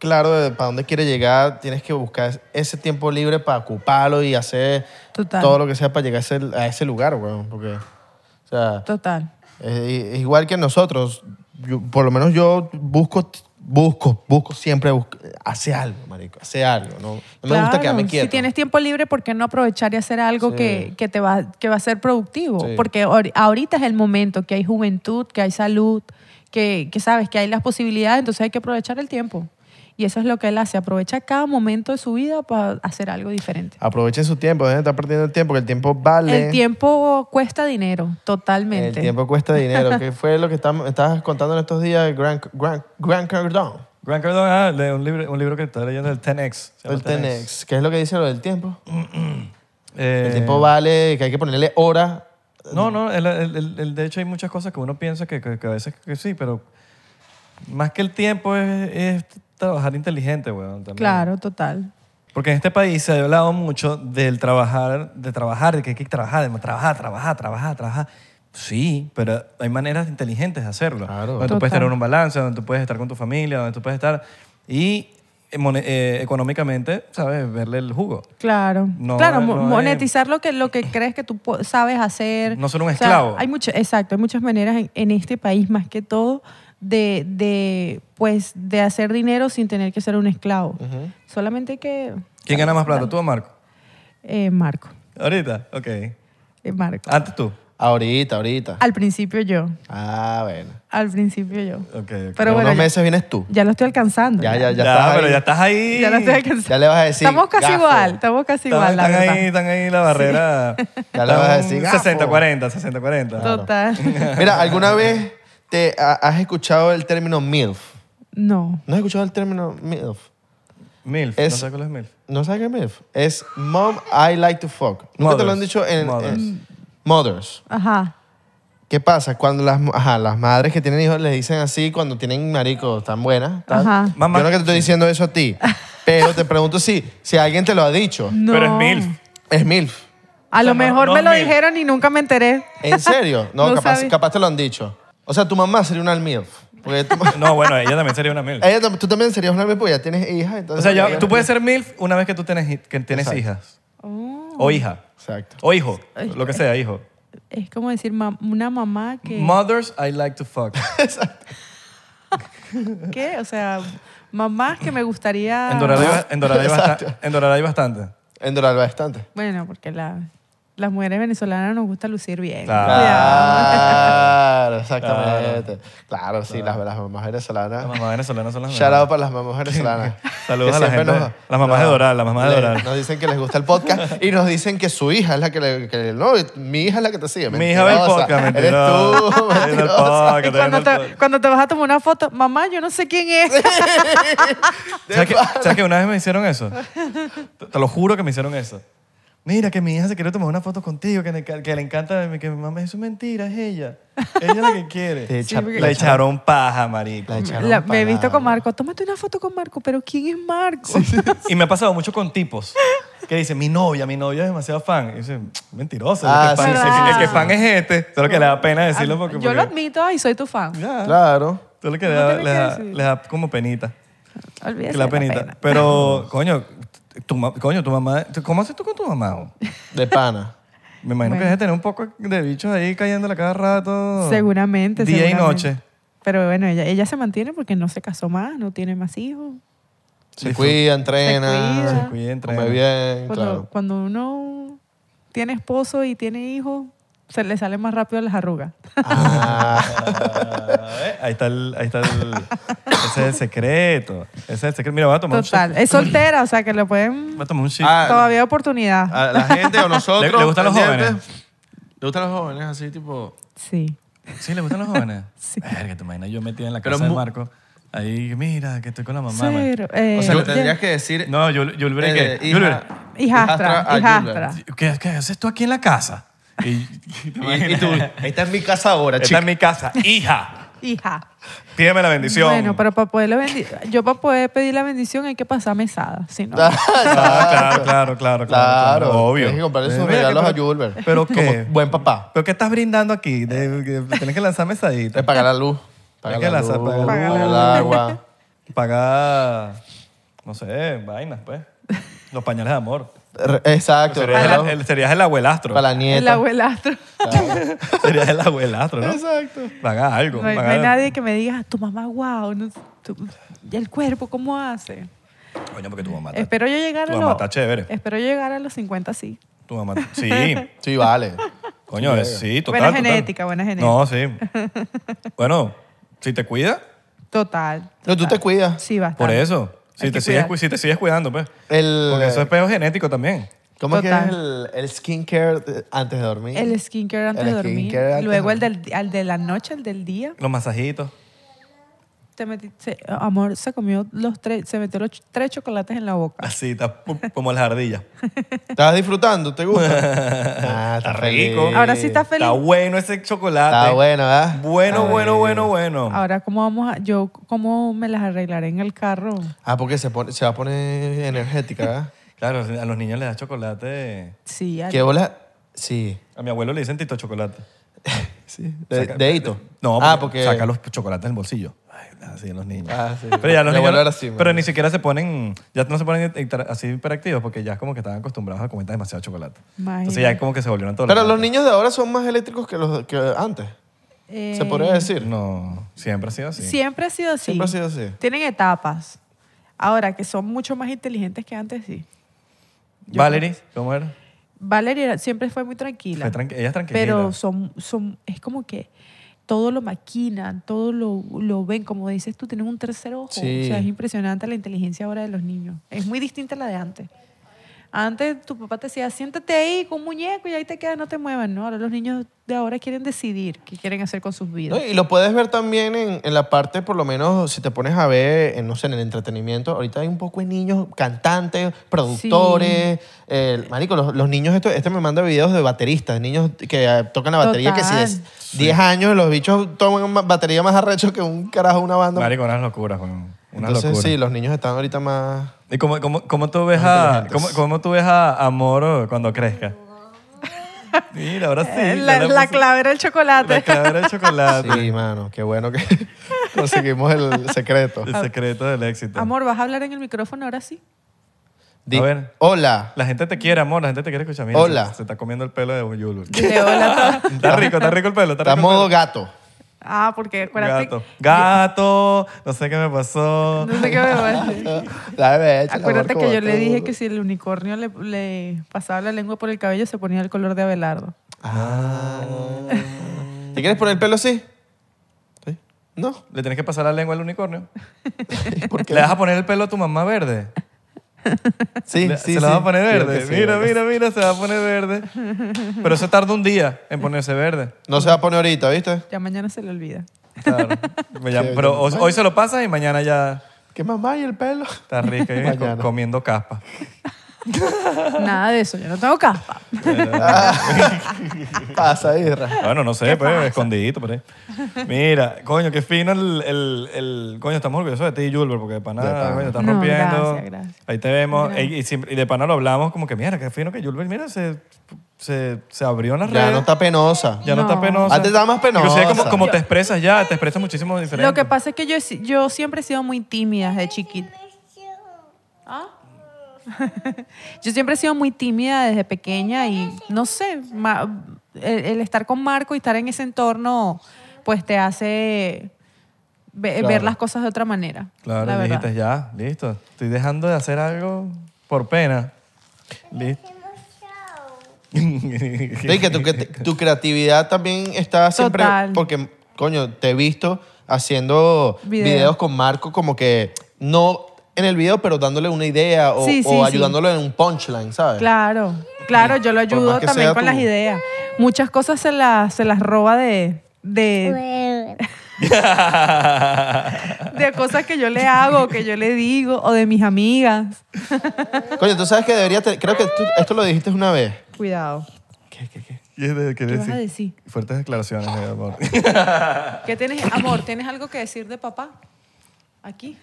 claro de para dónde quiere llegar, tienes que buscar ese tiempo libre para ocuparlo y hacer
Total.
todo lo que sea para llegar a ese, a ese lugar, weón. Porque, o sea,
Total.
eh, i- igual que nosotros, yo- por lo menos yo busco, busco, busco siempre, busco, hace algo, marico, hace algo. No, no me gusta
Claro,
quedarme quieto.
Si tienes tiempo libre, ¿por qué no aprovechar y hacer algo
Sí.
que, que te va, que va a ser productivo?
Sí.
Porque ahor- ahorita es el momento, que hay juventud, que hay salud, que, que sabes que hay las posibilidades, entonces hay que aprovechar el tiempo. Y eso es lo que él hace, aprovecha cada momento de su vida para hacer algo diferente.
Aprovechen su tiempo, dejen de estar perdiendo el tiempo, que el tiempo vale.
El tiempo cuesta dinero, totalmente.
El tiempo cuesta dinero. ¿Qué fue lo que estam- estabas contando en estos días? Grand, Grand, Grand Cardone.
Grant Cardone, ah, lee un libro, un libro que está leyendo, el 10X. se llama
El Tenex. ¿Qué es lo que dice lo del tiempo?
Eh,
El tiempo vale, que hay que ponerle hora.
No, no, el, el- el- el- de hecho hay muchas cosas que uno piensa que, que- que a veces que sí, pero más que el tiempo es, es trabajar inteligente, weón. también.
Claro, total.
Porque en este país se ha hablado mucho del trabajar, de trabajar, de que hay que trabajar, de trabajar, trabajar, trabajar, trabajar. Sí, pero hay maneras inteligentes de hacerlo.
Claro.
Donde tú puedes
Total.
tener un balance, donde tú puedes estar con tu familia, donde tú puedes estar. Y eh, mone- eh, económicamente, ¿sabes? Verle el jugo.
Claro,
No,
claro,
no
mo-
es-
monetizar lo que lo que crees que tú po- sabes hacer.
No ser un
O sea,
esclavo.
hay mucho, exacto, hay muchas maneras en, en este país más que todo de, de, pues de hacer dinero sin tener que ser un esclavo. Solamente que
¿Quién gana más plata, tú o Marco?
eh, Marco,
Ahorita, ok.
eh, Marco.
Antes tú.
Ahorita, ahorita.
Al principio yo,
Ah, bueno.
al principio yo.
Ok, ok.
Pero
en
bueno,
unos
ya,
meses vienes tú.
ya lo estoy alcanzando.
Ya, ya, ya.
Ya,
estás
pero
ahí.
ya estás ahí.
Ya lo estoy alcanzando.
Ya le vas a decir,
Estamos casi
gafo.
igual, estamos casi
Están,
igual, la
están
verdad.
ahí, están ahí la barrera.
Ya le vas a decir, "Ah, pues". gafo.
60-40, 60-40.
Total.
Mira, ¿alguna vez te ha- has escuchado el término MILF?
No.
¿No has escuchado el término MILF?
Milf,
Es-
no sé cuál es Milf.
¿No sabes qué es MILF? Es Mom I Like to Fuck. Nunca te lo han
Mothers.
dicho en...
Mothers.
en- mothers.
Ajá.
¿Qué pasa? Cuando las, ajá, las madres que tienen hijos les dicen así, cuando tienen marico, están buenas. tal.
Ajá.
Mamá.
Yo no que te estoy diciendo eso a ti, pero te pregunto si, si alguien te lo ha dicho.
No.
Pero es MILF.
Es MILF.
A lo
no-
mejor
no
me
es
lo
mil.
dijeron y nunca me enteré.
¿En serio? No,
No
capaz,
sabía.
capaz te lo han dicho. O sea, tu mamá sería una MILF. Porque tu ma-
No, bueno, ella también sería una MILF.
ella tam- tú también serías una MILF porque ya tienes hijas.
O
Entonces
sea, ya-
Eh, ella-
tú puedes ser MILF una vez que tú tienes, que tienes
Exacto.
hijas.
Oh.
O hija.
Exacto.
O hijo. Lo que sea, hijo.
Es como decir mam- una mamá que...
Mothers I like to fuck.
Ah. ¿Qué? O sea, mamás que me gustaría...
En Doraday, en Doraday basta- en Doraday bastante.
En Doral bastante.
Bueno, porque la... Las mujeres venezolanas nos gusta lucir bien.
Claro.
Cuidado.
Ah.
Claro, exactamente. Claro, sí, las, las mamás venezolanas.
Las mamás venezolanas son las
Shout out para las mamás venezolanas.
Ah, Saludos
que
a la
siempre
gente. Las mamás de Doral, las mamás de
le-
Doral.
Nos dicen que les gusta el podcast y nos dicen que su hija es la que le... que- no, mi hija es la que te sigue.
Mi hija ve el
Mentirosa.
podcast,
Eres tú,
mentirosa. Viendo el
mentirosa.
podcast,
Y
viendo
cuando
el
te,
podcast.
cuando te vas a tomar una foto, mamá, yo no sé quién es.
¿Sabes que, sabes que una vez me hicieron eso? Te- Te lo juro que me hicieron eso. Mira, que mi hija se quiere tomar una foto contigo, que, le- que le encanta, que mi mamá, eso es mentira, es ella. Ella es la que
Te
quiere.
Sí,
echa-
porque-
Le echaron paja, marico.
la echaron
La- me he visto
para-
con Marco. Tómate una foto con Marco, pero ¿quién es Marco?
Y me ha pasado mucho con tipos que dicen, mi novia, mi novia es demasiado fan. Y dicen, mentiroso.
Ah,
el, que
sí,
fan,
sí,
el-
sí,
el que
sí.
fan es este. Solo que le da pena decirlo porque...
Ah, yo lo
porque-
admito y soy tu fan.
Ya.
Claro.
Solo que le
No
da,
tiene
le
que
da-
decir.
le da como penita.
Olvídese
Que la
de la
penita.
pena.
Pero, coño, tu, ma- coño, tu mamá... ¿Cómo haces tú con tu mamá? o?
De pana.
Me imagino que
Bueno.
debes tener un poco de bichos ahí cayéndole cada rato.
Seguramente.
Oh. Día y
seguramente.
noche.
Pero bueno, ella, ella se mantiene porque no se casó más, no tiene más hijos.
Se cuida, entrena.
cuida.
Se cuida, entrena.
Come bien,
Cuando,
claro.
cuando uno tiene esposo y tiene hijos, se le salen más rápido las arrugas.
Ah, eh, ahí está el... Ahí está el ese es el secreto. Ese es el secreto. Mira, voy a tomar
Total.
un
Es soltera, o sea que lo
shot.
pueden.
Voy a tomar un shot. Ah.
Ah,
Todavía hay oportunidad.
A la gente o nosotros.
¿Le- le gustan los
pendientes.
jóvenes?
¿Le gustan los jóvenes? Así tipo.
Sí.
¿Sí le gustan los jóvenes?
Sí.
Verga, te imaginas yo metida en la
Pero
casa de
mu-
Marco. Ahí, mira, que estoy con la mamá. man.
Cero. Eh,
O sea, le
de-
tendrías que decir.
No, yo, yo le hubiera
eh,
que... yo le
hija-
hubiera-
Hijastra,
a
hijastra.
Yulber.
¿Qué, ¿Qué haces tú aquí en la casa? Y, ¿te
Y, y
imaginas?
tú, esta es mi casa ahora,
Está
chica.
en mi casa. Hija,
Hija.
pídeme la bendición.
Bueno, pero para poder la bendi- yo para poder pedir la bendición hay que pasar mesada, si no.
Ah, claro, claro, claro, claro, claro, obvio. Eh,
Tienes que comprarle sus
Mira,
regalos a
pero-
Julber.
¿Pero qué?
Como buen papá.
¿Pero qué estás brindando aquí? De- que tienes que lanzar
Te
mesadita.
paga la luz. Paga
Hay que
la luz,
lanzar- pagar la
paga
luz.
el agua.
Pagar, no sé, vainas, pues. Los pañales de amor.
Re- Exacto.
Serías
regalo
el, el- serías el abuelastro.
Para la
El
nieta.
abuelastro.
Serías el abuelastro, ¿no?
Exacto.
Pagar algo.
No hay, no
pagar-
hay nadie que me diga, tu mamá, wow, no, tu- y el cuerpo, ¿cómo hace?
Coño, porque tu mamá está-
Espero yo llegar
Tu
a Eh.
mamá
los...
está chévere.
Espero yo llegar a los 50, sí.
Tu mamá... Sí.
Sí, vale.
Coño, es- sí, total.
Buena
total.
genética, buena genética.
No, sí. Bueno, si te cuidas,
Total.
No, tú
total.
te cuidas.
Ah, Sí, bastante.
por eso. Si
Hay
te,
que
sigues,
cuidar.
cu- si te sigues cuidando, pues.
El,
Porque eso es peo genético también.
¿Cómo es que es
Total.
el, el skincare de- antes de dormir?
El skincare antes
El
de dormir.
skincare antes
Luego
de
el, del, al de la noche, el del día.
Los masajitos.
Te metiste, amor, se comió los tres, se metió los ch- tres chocolates en la boca.
Así, está pu- como las ardillas.
¿Estás disfrutando? ¿Te gusta? ah, está
rico.
feliz.
Ahora sí está feliz.
Está bueno ese chocolate. Ah,
Está bueno, ¿verdad?
Bueno, bueno, bueno, bueno.
Ahora, ¿cómo vamos a, yo, cómo me las arreglaré en el carro?
Ah, porque se, pone- se va a poner energética, ¿verdad?
Claro, a los niños les da chocolate.
Sí, al-
¿Qué bola? Sí.
A mi abuelo le dicen tito chocolate.
Sí.
Saca-
Deito.
No,
ah, porque.
porque saca los chocolates del bolsillo. Ay, así los niños.
Ah, sí.
Pero ya los niños.
Mi abuelo era así,
pero
man.
ni siquiera se ponen, ya no se ponen hiper- así hiperactivos porque ya es como que estaban acostumbrados a comer demasiado chocolate. Entonces ya
Imagínate.
es como que se volvieron todos.
Pero los niños de ahora son más eléctricos que los que antes.
eh,
Se podría decir.
No, siempre ha sido así.
Siempre ha sido así.
Siempre ha sido así.
Tienen etapas. Ahora, que son mucho más inteligentes que antes, sí.
Valerie, ¿cómo era?
Valeria era- siempre fue muy tranquila.
Fue tranqui- ella es tranquila.
Pero son, son, es como que todo lo maquinan, todo lo, lo ven. Como dices tú, tienes un tercer ojo.
Sí.
O sea, es impresionante la inteligencia ahora de los niños. Es muy distinta a la de antes. Antes tu papá te decía, siéntate ahí con un muñeco y ahí te quedas, no te muevas. No, ahora los niños de ahora quieren decidir qué quieren hacer con sus vidas.
No, y lo puedes ver también en, en la parte, por lo menos, si te pones a ver, en, no sé, en el entretenimiento. Ahorita hay un poco de niños, cantantes, productores. eh, marico, los, los niños, esto, este me manda videos de bateristas, de niños que eh, tocan la batería, que
Total.
si es 10 años, los bichos toman una batería más arrecho que un carajo, una banda.
Marico, unas locuras, weón. Unas
Entonces,
locuras.
sí, los niños están ahorita más.
¿Y cómo, cómo, cómo tú ves a, cómo, cómo tú ves a, a Moro cuando crezca? Mira, ahora sí.
Eh,
ya
la,
le
la
puse-
clave era el chocolate.
La clave de chocolate.
Sí, mano, qué bueno que conseguimos el secreto.
El secreto del éxito.
Amor, ¿vas a hablar en el micrófono ahora sí?
Di-
A ver.
Hola.
La gente te quiere, amor. La gente te quiere escuchar. Mira,
Hola.
Se, se está comiendo el pelo de Yulu.
Dile hola.
Está rico, está rico el pelo. Está
Está
rico el
modo gato.
pelo.
Ah, porque acuérdate.
Gato. Gato, no sé qué me pasó.
No sé qué me va a decir.
La bebé, Ah, échale,
Acuérdate
amor,
que
como
yo le
todo.
dije que si el unicornio le, le pasaba la lengua por el cabello se ponía el color de Abelardo.
Ah. ¿Te quieres poner el pelo así? ¿Sí? No.
Le tienes que pasar la lengua al unicornio.
¿Por qué?
¿Le vas a poner el pelo a tu mamá verde?
Sí,
Le-
sí,
se la
sí.
va a poner
Creo
verde.
que sí,
mira,
creo que
mira, mira, se va a poner verde. Pero eso tarda un día en ponerse verde.
sí. No se va a poner ahorita, ¿viste?
Ya mañana se le olvida.
Claro. Me llama-
Sí,
Pero
yo-
hoy, hoy se lo pasas y mañana ya
¿Qué mamá y el pelo?
está rica y co-
Mañana.
comiendo caspa.
Nada de eso, yo no tengo caspa.
Pasa, Irra.
Bueno, no sé, pues, escondidito por ahí. Mira, coño, qué fino el, el, el- Coño, estamos orgullosos de ti, Julber, porque de pana,
De pana.
coño, estás
No,
rompiendo.
gracias, gracias.
Ahí te vemos. Y, y siempre- y de pana lo hablamos como que, mira, qué fino que Julber, mira, se, se, se abrió en las
Ya
redes.
no está penosa.
Ya no, está
No.
penosa.
Antes estaba más penosa.
Inclusive como, como te expresas ya, te expresas muchísimo diferente.
Lo que pasa es que yo, he si- yo siempre he sido muy tímida desde chiquita. ¿Ah? yo siempre he sido muy tímida desde pequeña y no sé, ma- el, el estar con Marco y estar en ese entorno pues te hace ve-
Claro.
ver las cosas de otra manera. la
Claro,
verdad.
dijiste ya, listo. Estoy dejando de hacer algo por pena. Listo.
Sí, que tu, que te- tu creatividad también está siempre.
Total.
Porque, coño, te he visto haciendo
Video.
videos con Marco, como que no en el video, pero dándole una idea o,
Sí, sí,
o
sí.
ayudándole en un punchline, ¿sabes?
Claro, claro, yo lo
Por más
ayudo
que
también
sea
con
tu-
las ideas. Muchas cosas se las, se las roba de, de, de cosas que yo le hago, que yo le digo, o de mis amigas.
Coño, tú sabes que deberías. tener- creo que tú- esto lo dijiste una vez.
Cuidado.
¿Qué, qué, qué? ¿Qué, de- qué
¿Qué vas a
decir?
decir?
Fuertes declaraciones, mi amor.
¿Qué tienes, amor? ¿Tienes algo que decir de papá? Aquí.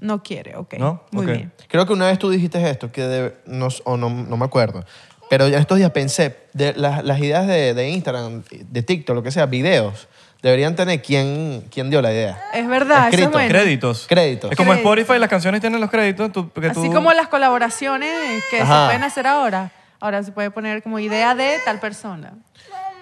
No quiere, ok.
¿No?
Muy
Ok.
bien.
Creo que una vez tú dijiste esto, que de- no, s- o no, no me acuerdo, pero ya estos días pensé, de las, las ideas de, de Instagram, de TikTok, lo que sea, videos, deberían tener quién, quién dio la idea.
Es verdad, eso
Escrito.
es bueno.
Créditos.
Créditos.
Es como
Créditos.
Spotify, las canciones tienen los créditos. tú- que
Así
tú-
como las colaboraciones que
Ajá.
se pueden hacer ahora. Ahora se puede poner como idea de tal persona.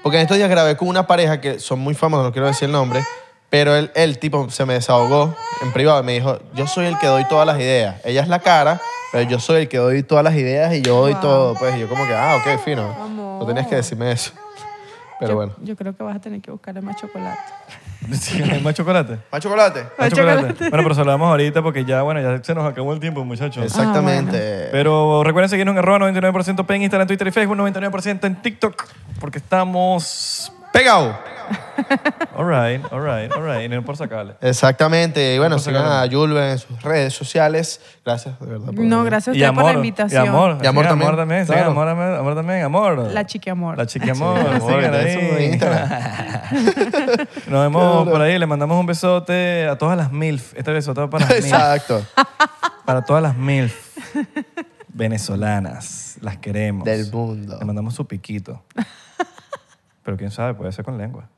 Porque en estos días grabé con una pareja que son muy famosos, no quiero decir el nombre, pero él, el tipo se me desahogó en privado y me dijo, yo soy el que doy todas las ideas. Ella es la cara, pero yo soy el que doy todas las ideas y yo doy todo. Pues y yo como que, ah, ok, fino. No tenías que decirme eso. Pero
yo,
bueno.
Yo creo que vas a tener que buscarle más chocolate.
Sí, ¿hay ¿Más chocolate?
¿Más chocolate?
Más chocolate.
Bueno, pero saludamos ahorita porque ya, bueno, ya se nos acabó el tiempo,
Ah,
muchachos.
Exactamente.
Pero recuerden seguirnos en arroba 99% P en Instagram, Twitter y Facebook, 99% en TikTok, porque estamos...
Pegado.
All right, all right, all right. No por sacarle.
Exactamente. Y bueno, sigan a Julven en sus redes sociales. Gracias, de verdad. por
No,
venir.
gracias a ustedes por la invitación.
Y amor.
Y amor
Sí,
también.
Amor también, sí,
Claro.
amor, amor, amor también, amor.
La chiquiamor.
La chiqui amor.
Sí, amor,
síganla
que tiene su
ahí. Nos vemos por ahí. Le mandamos un besote a todas las MILF. Este besote va para las MILF.
Exacto.
Para todas las MILF venezolanas. Las queremos.
Del mundo.
Le mandamos su piquito. Pero quién sabe, puede ser con lengua.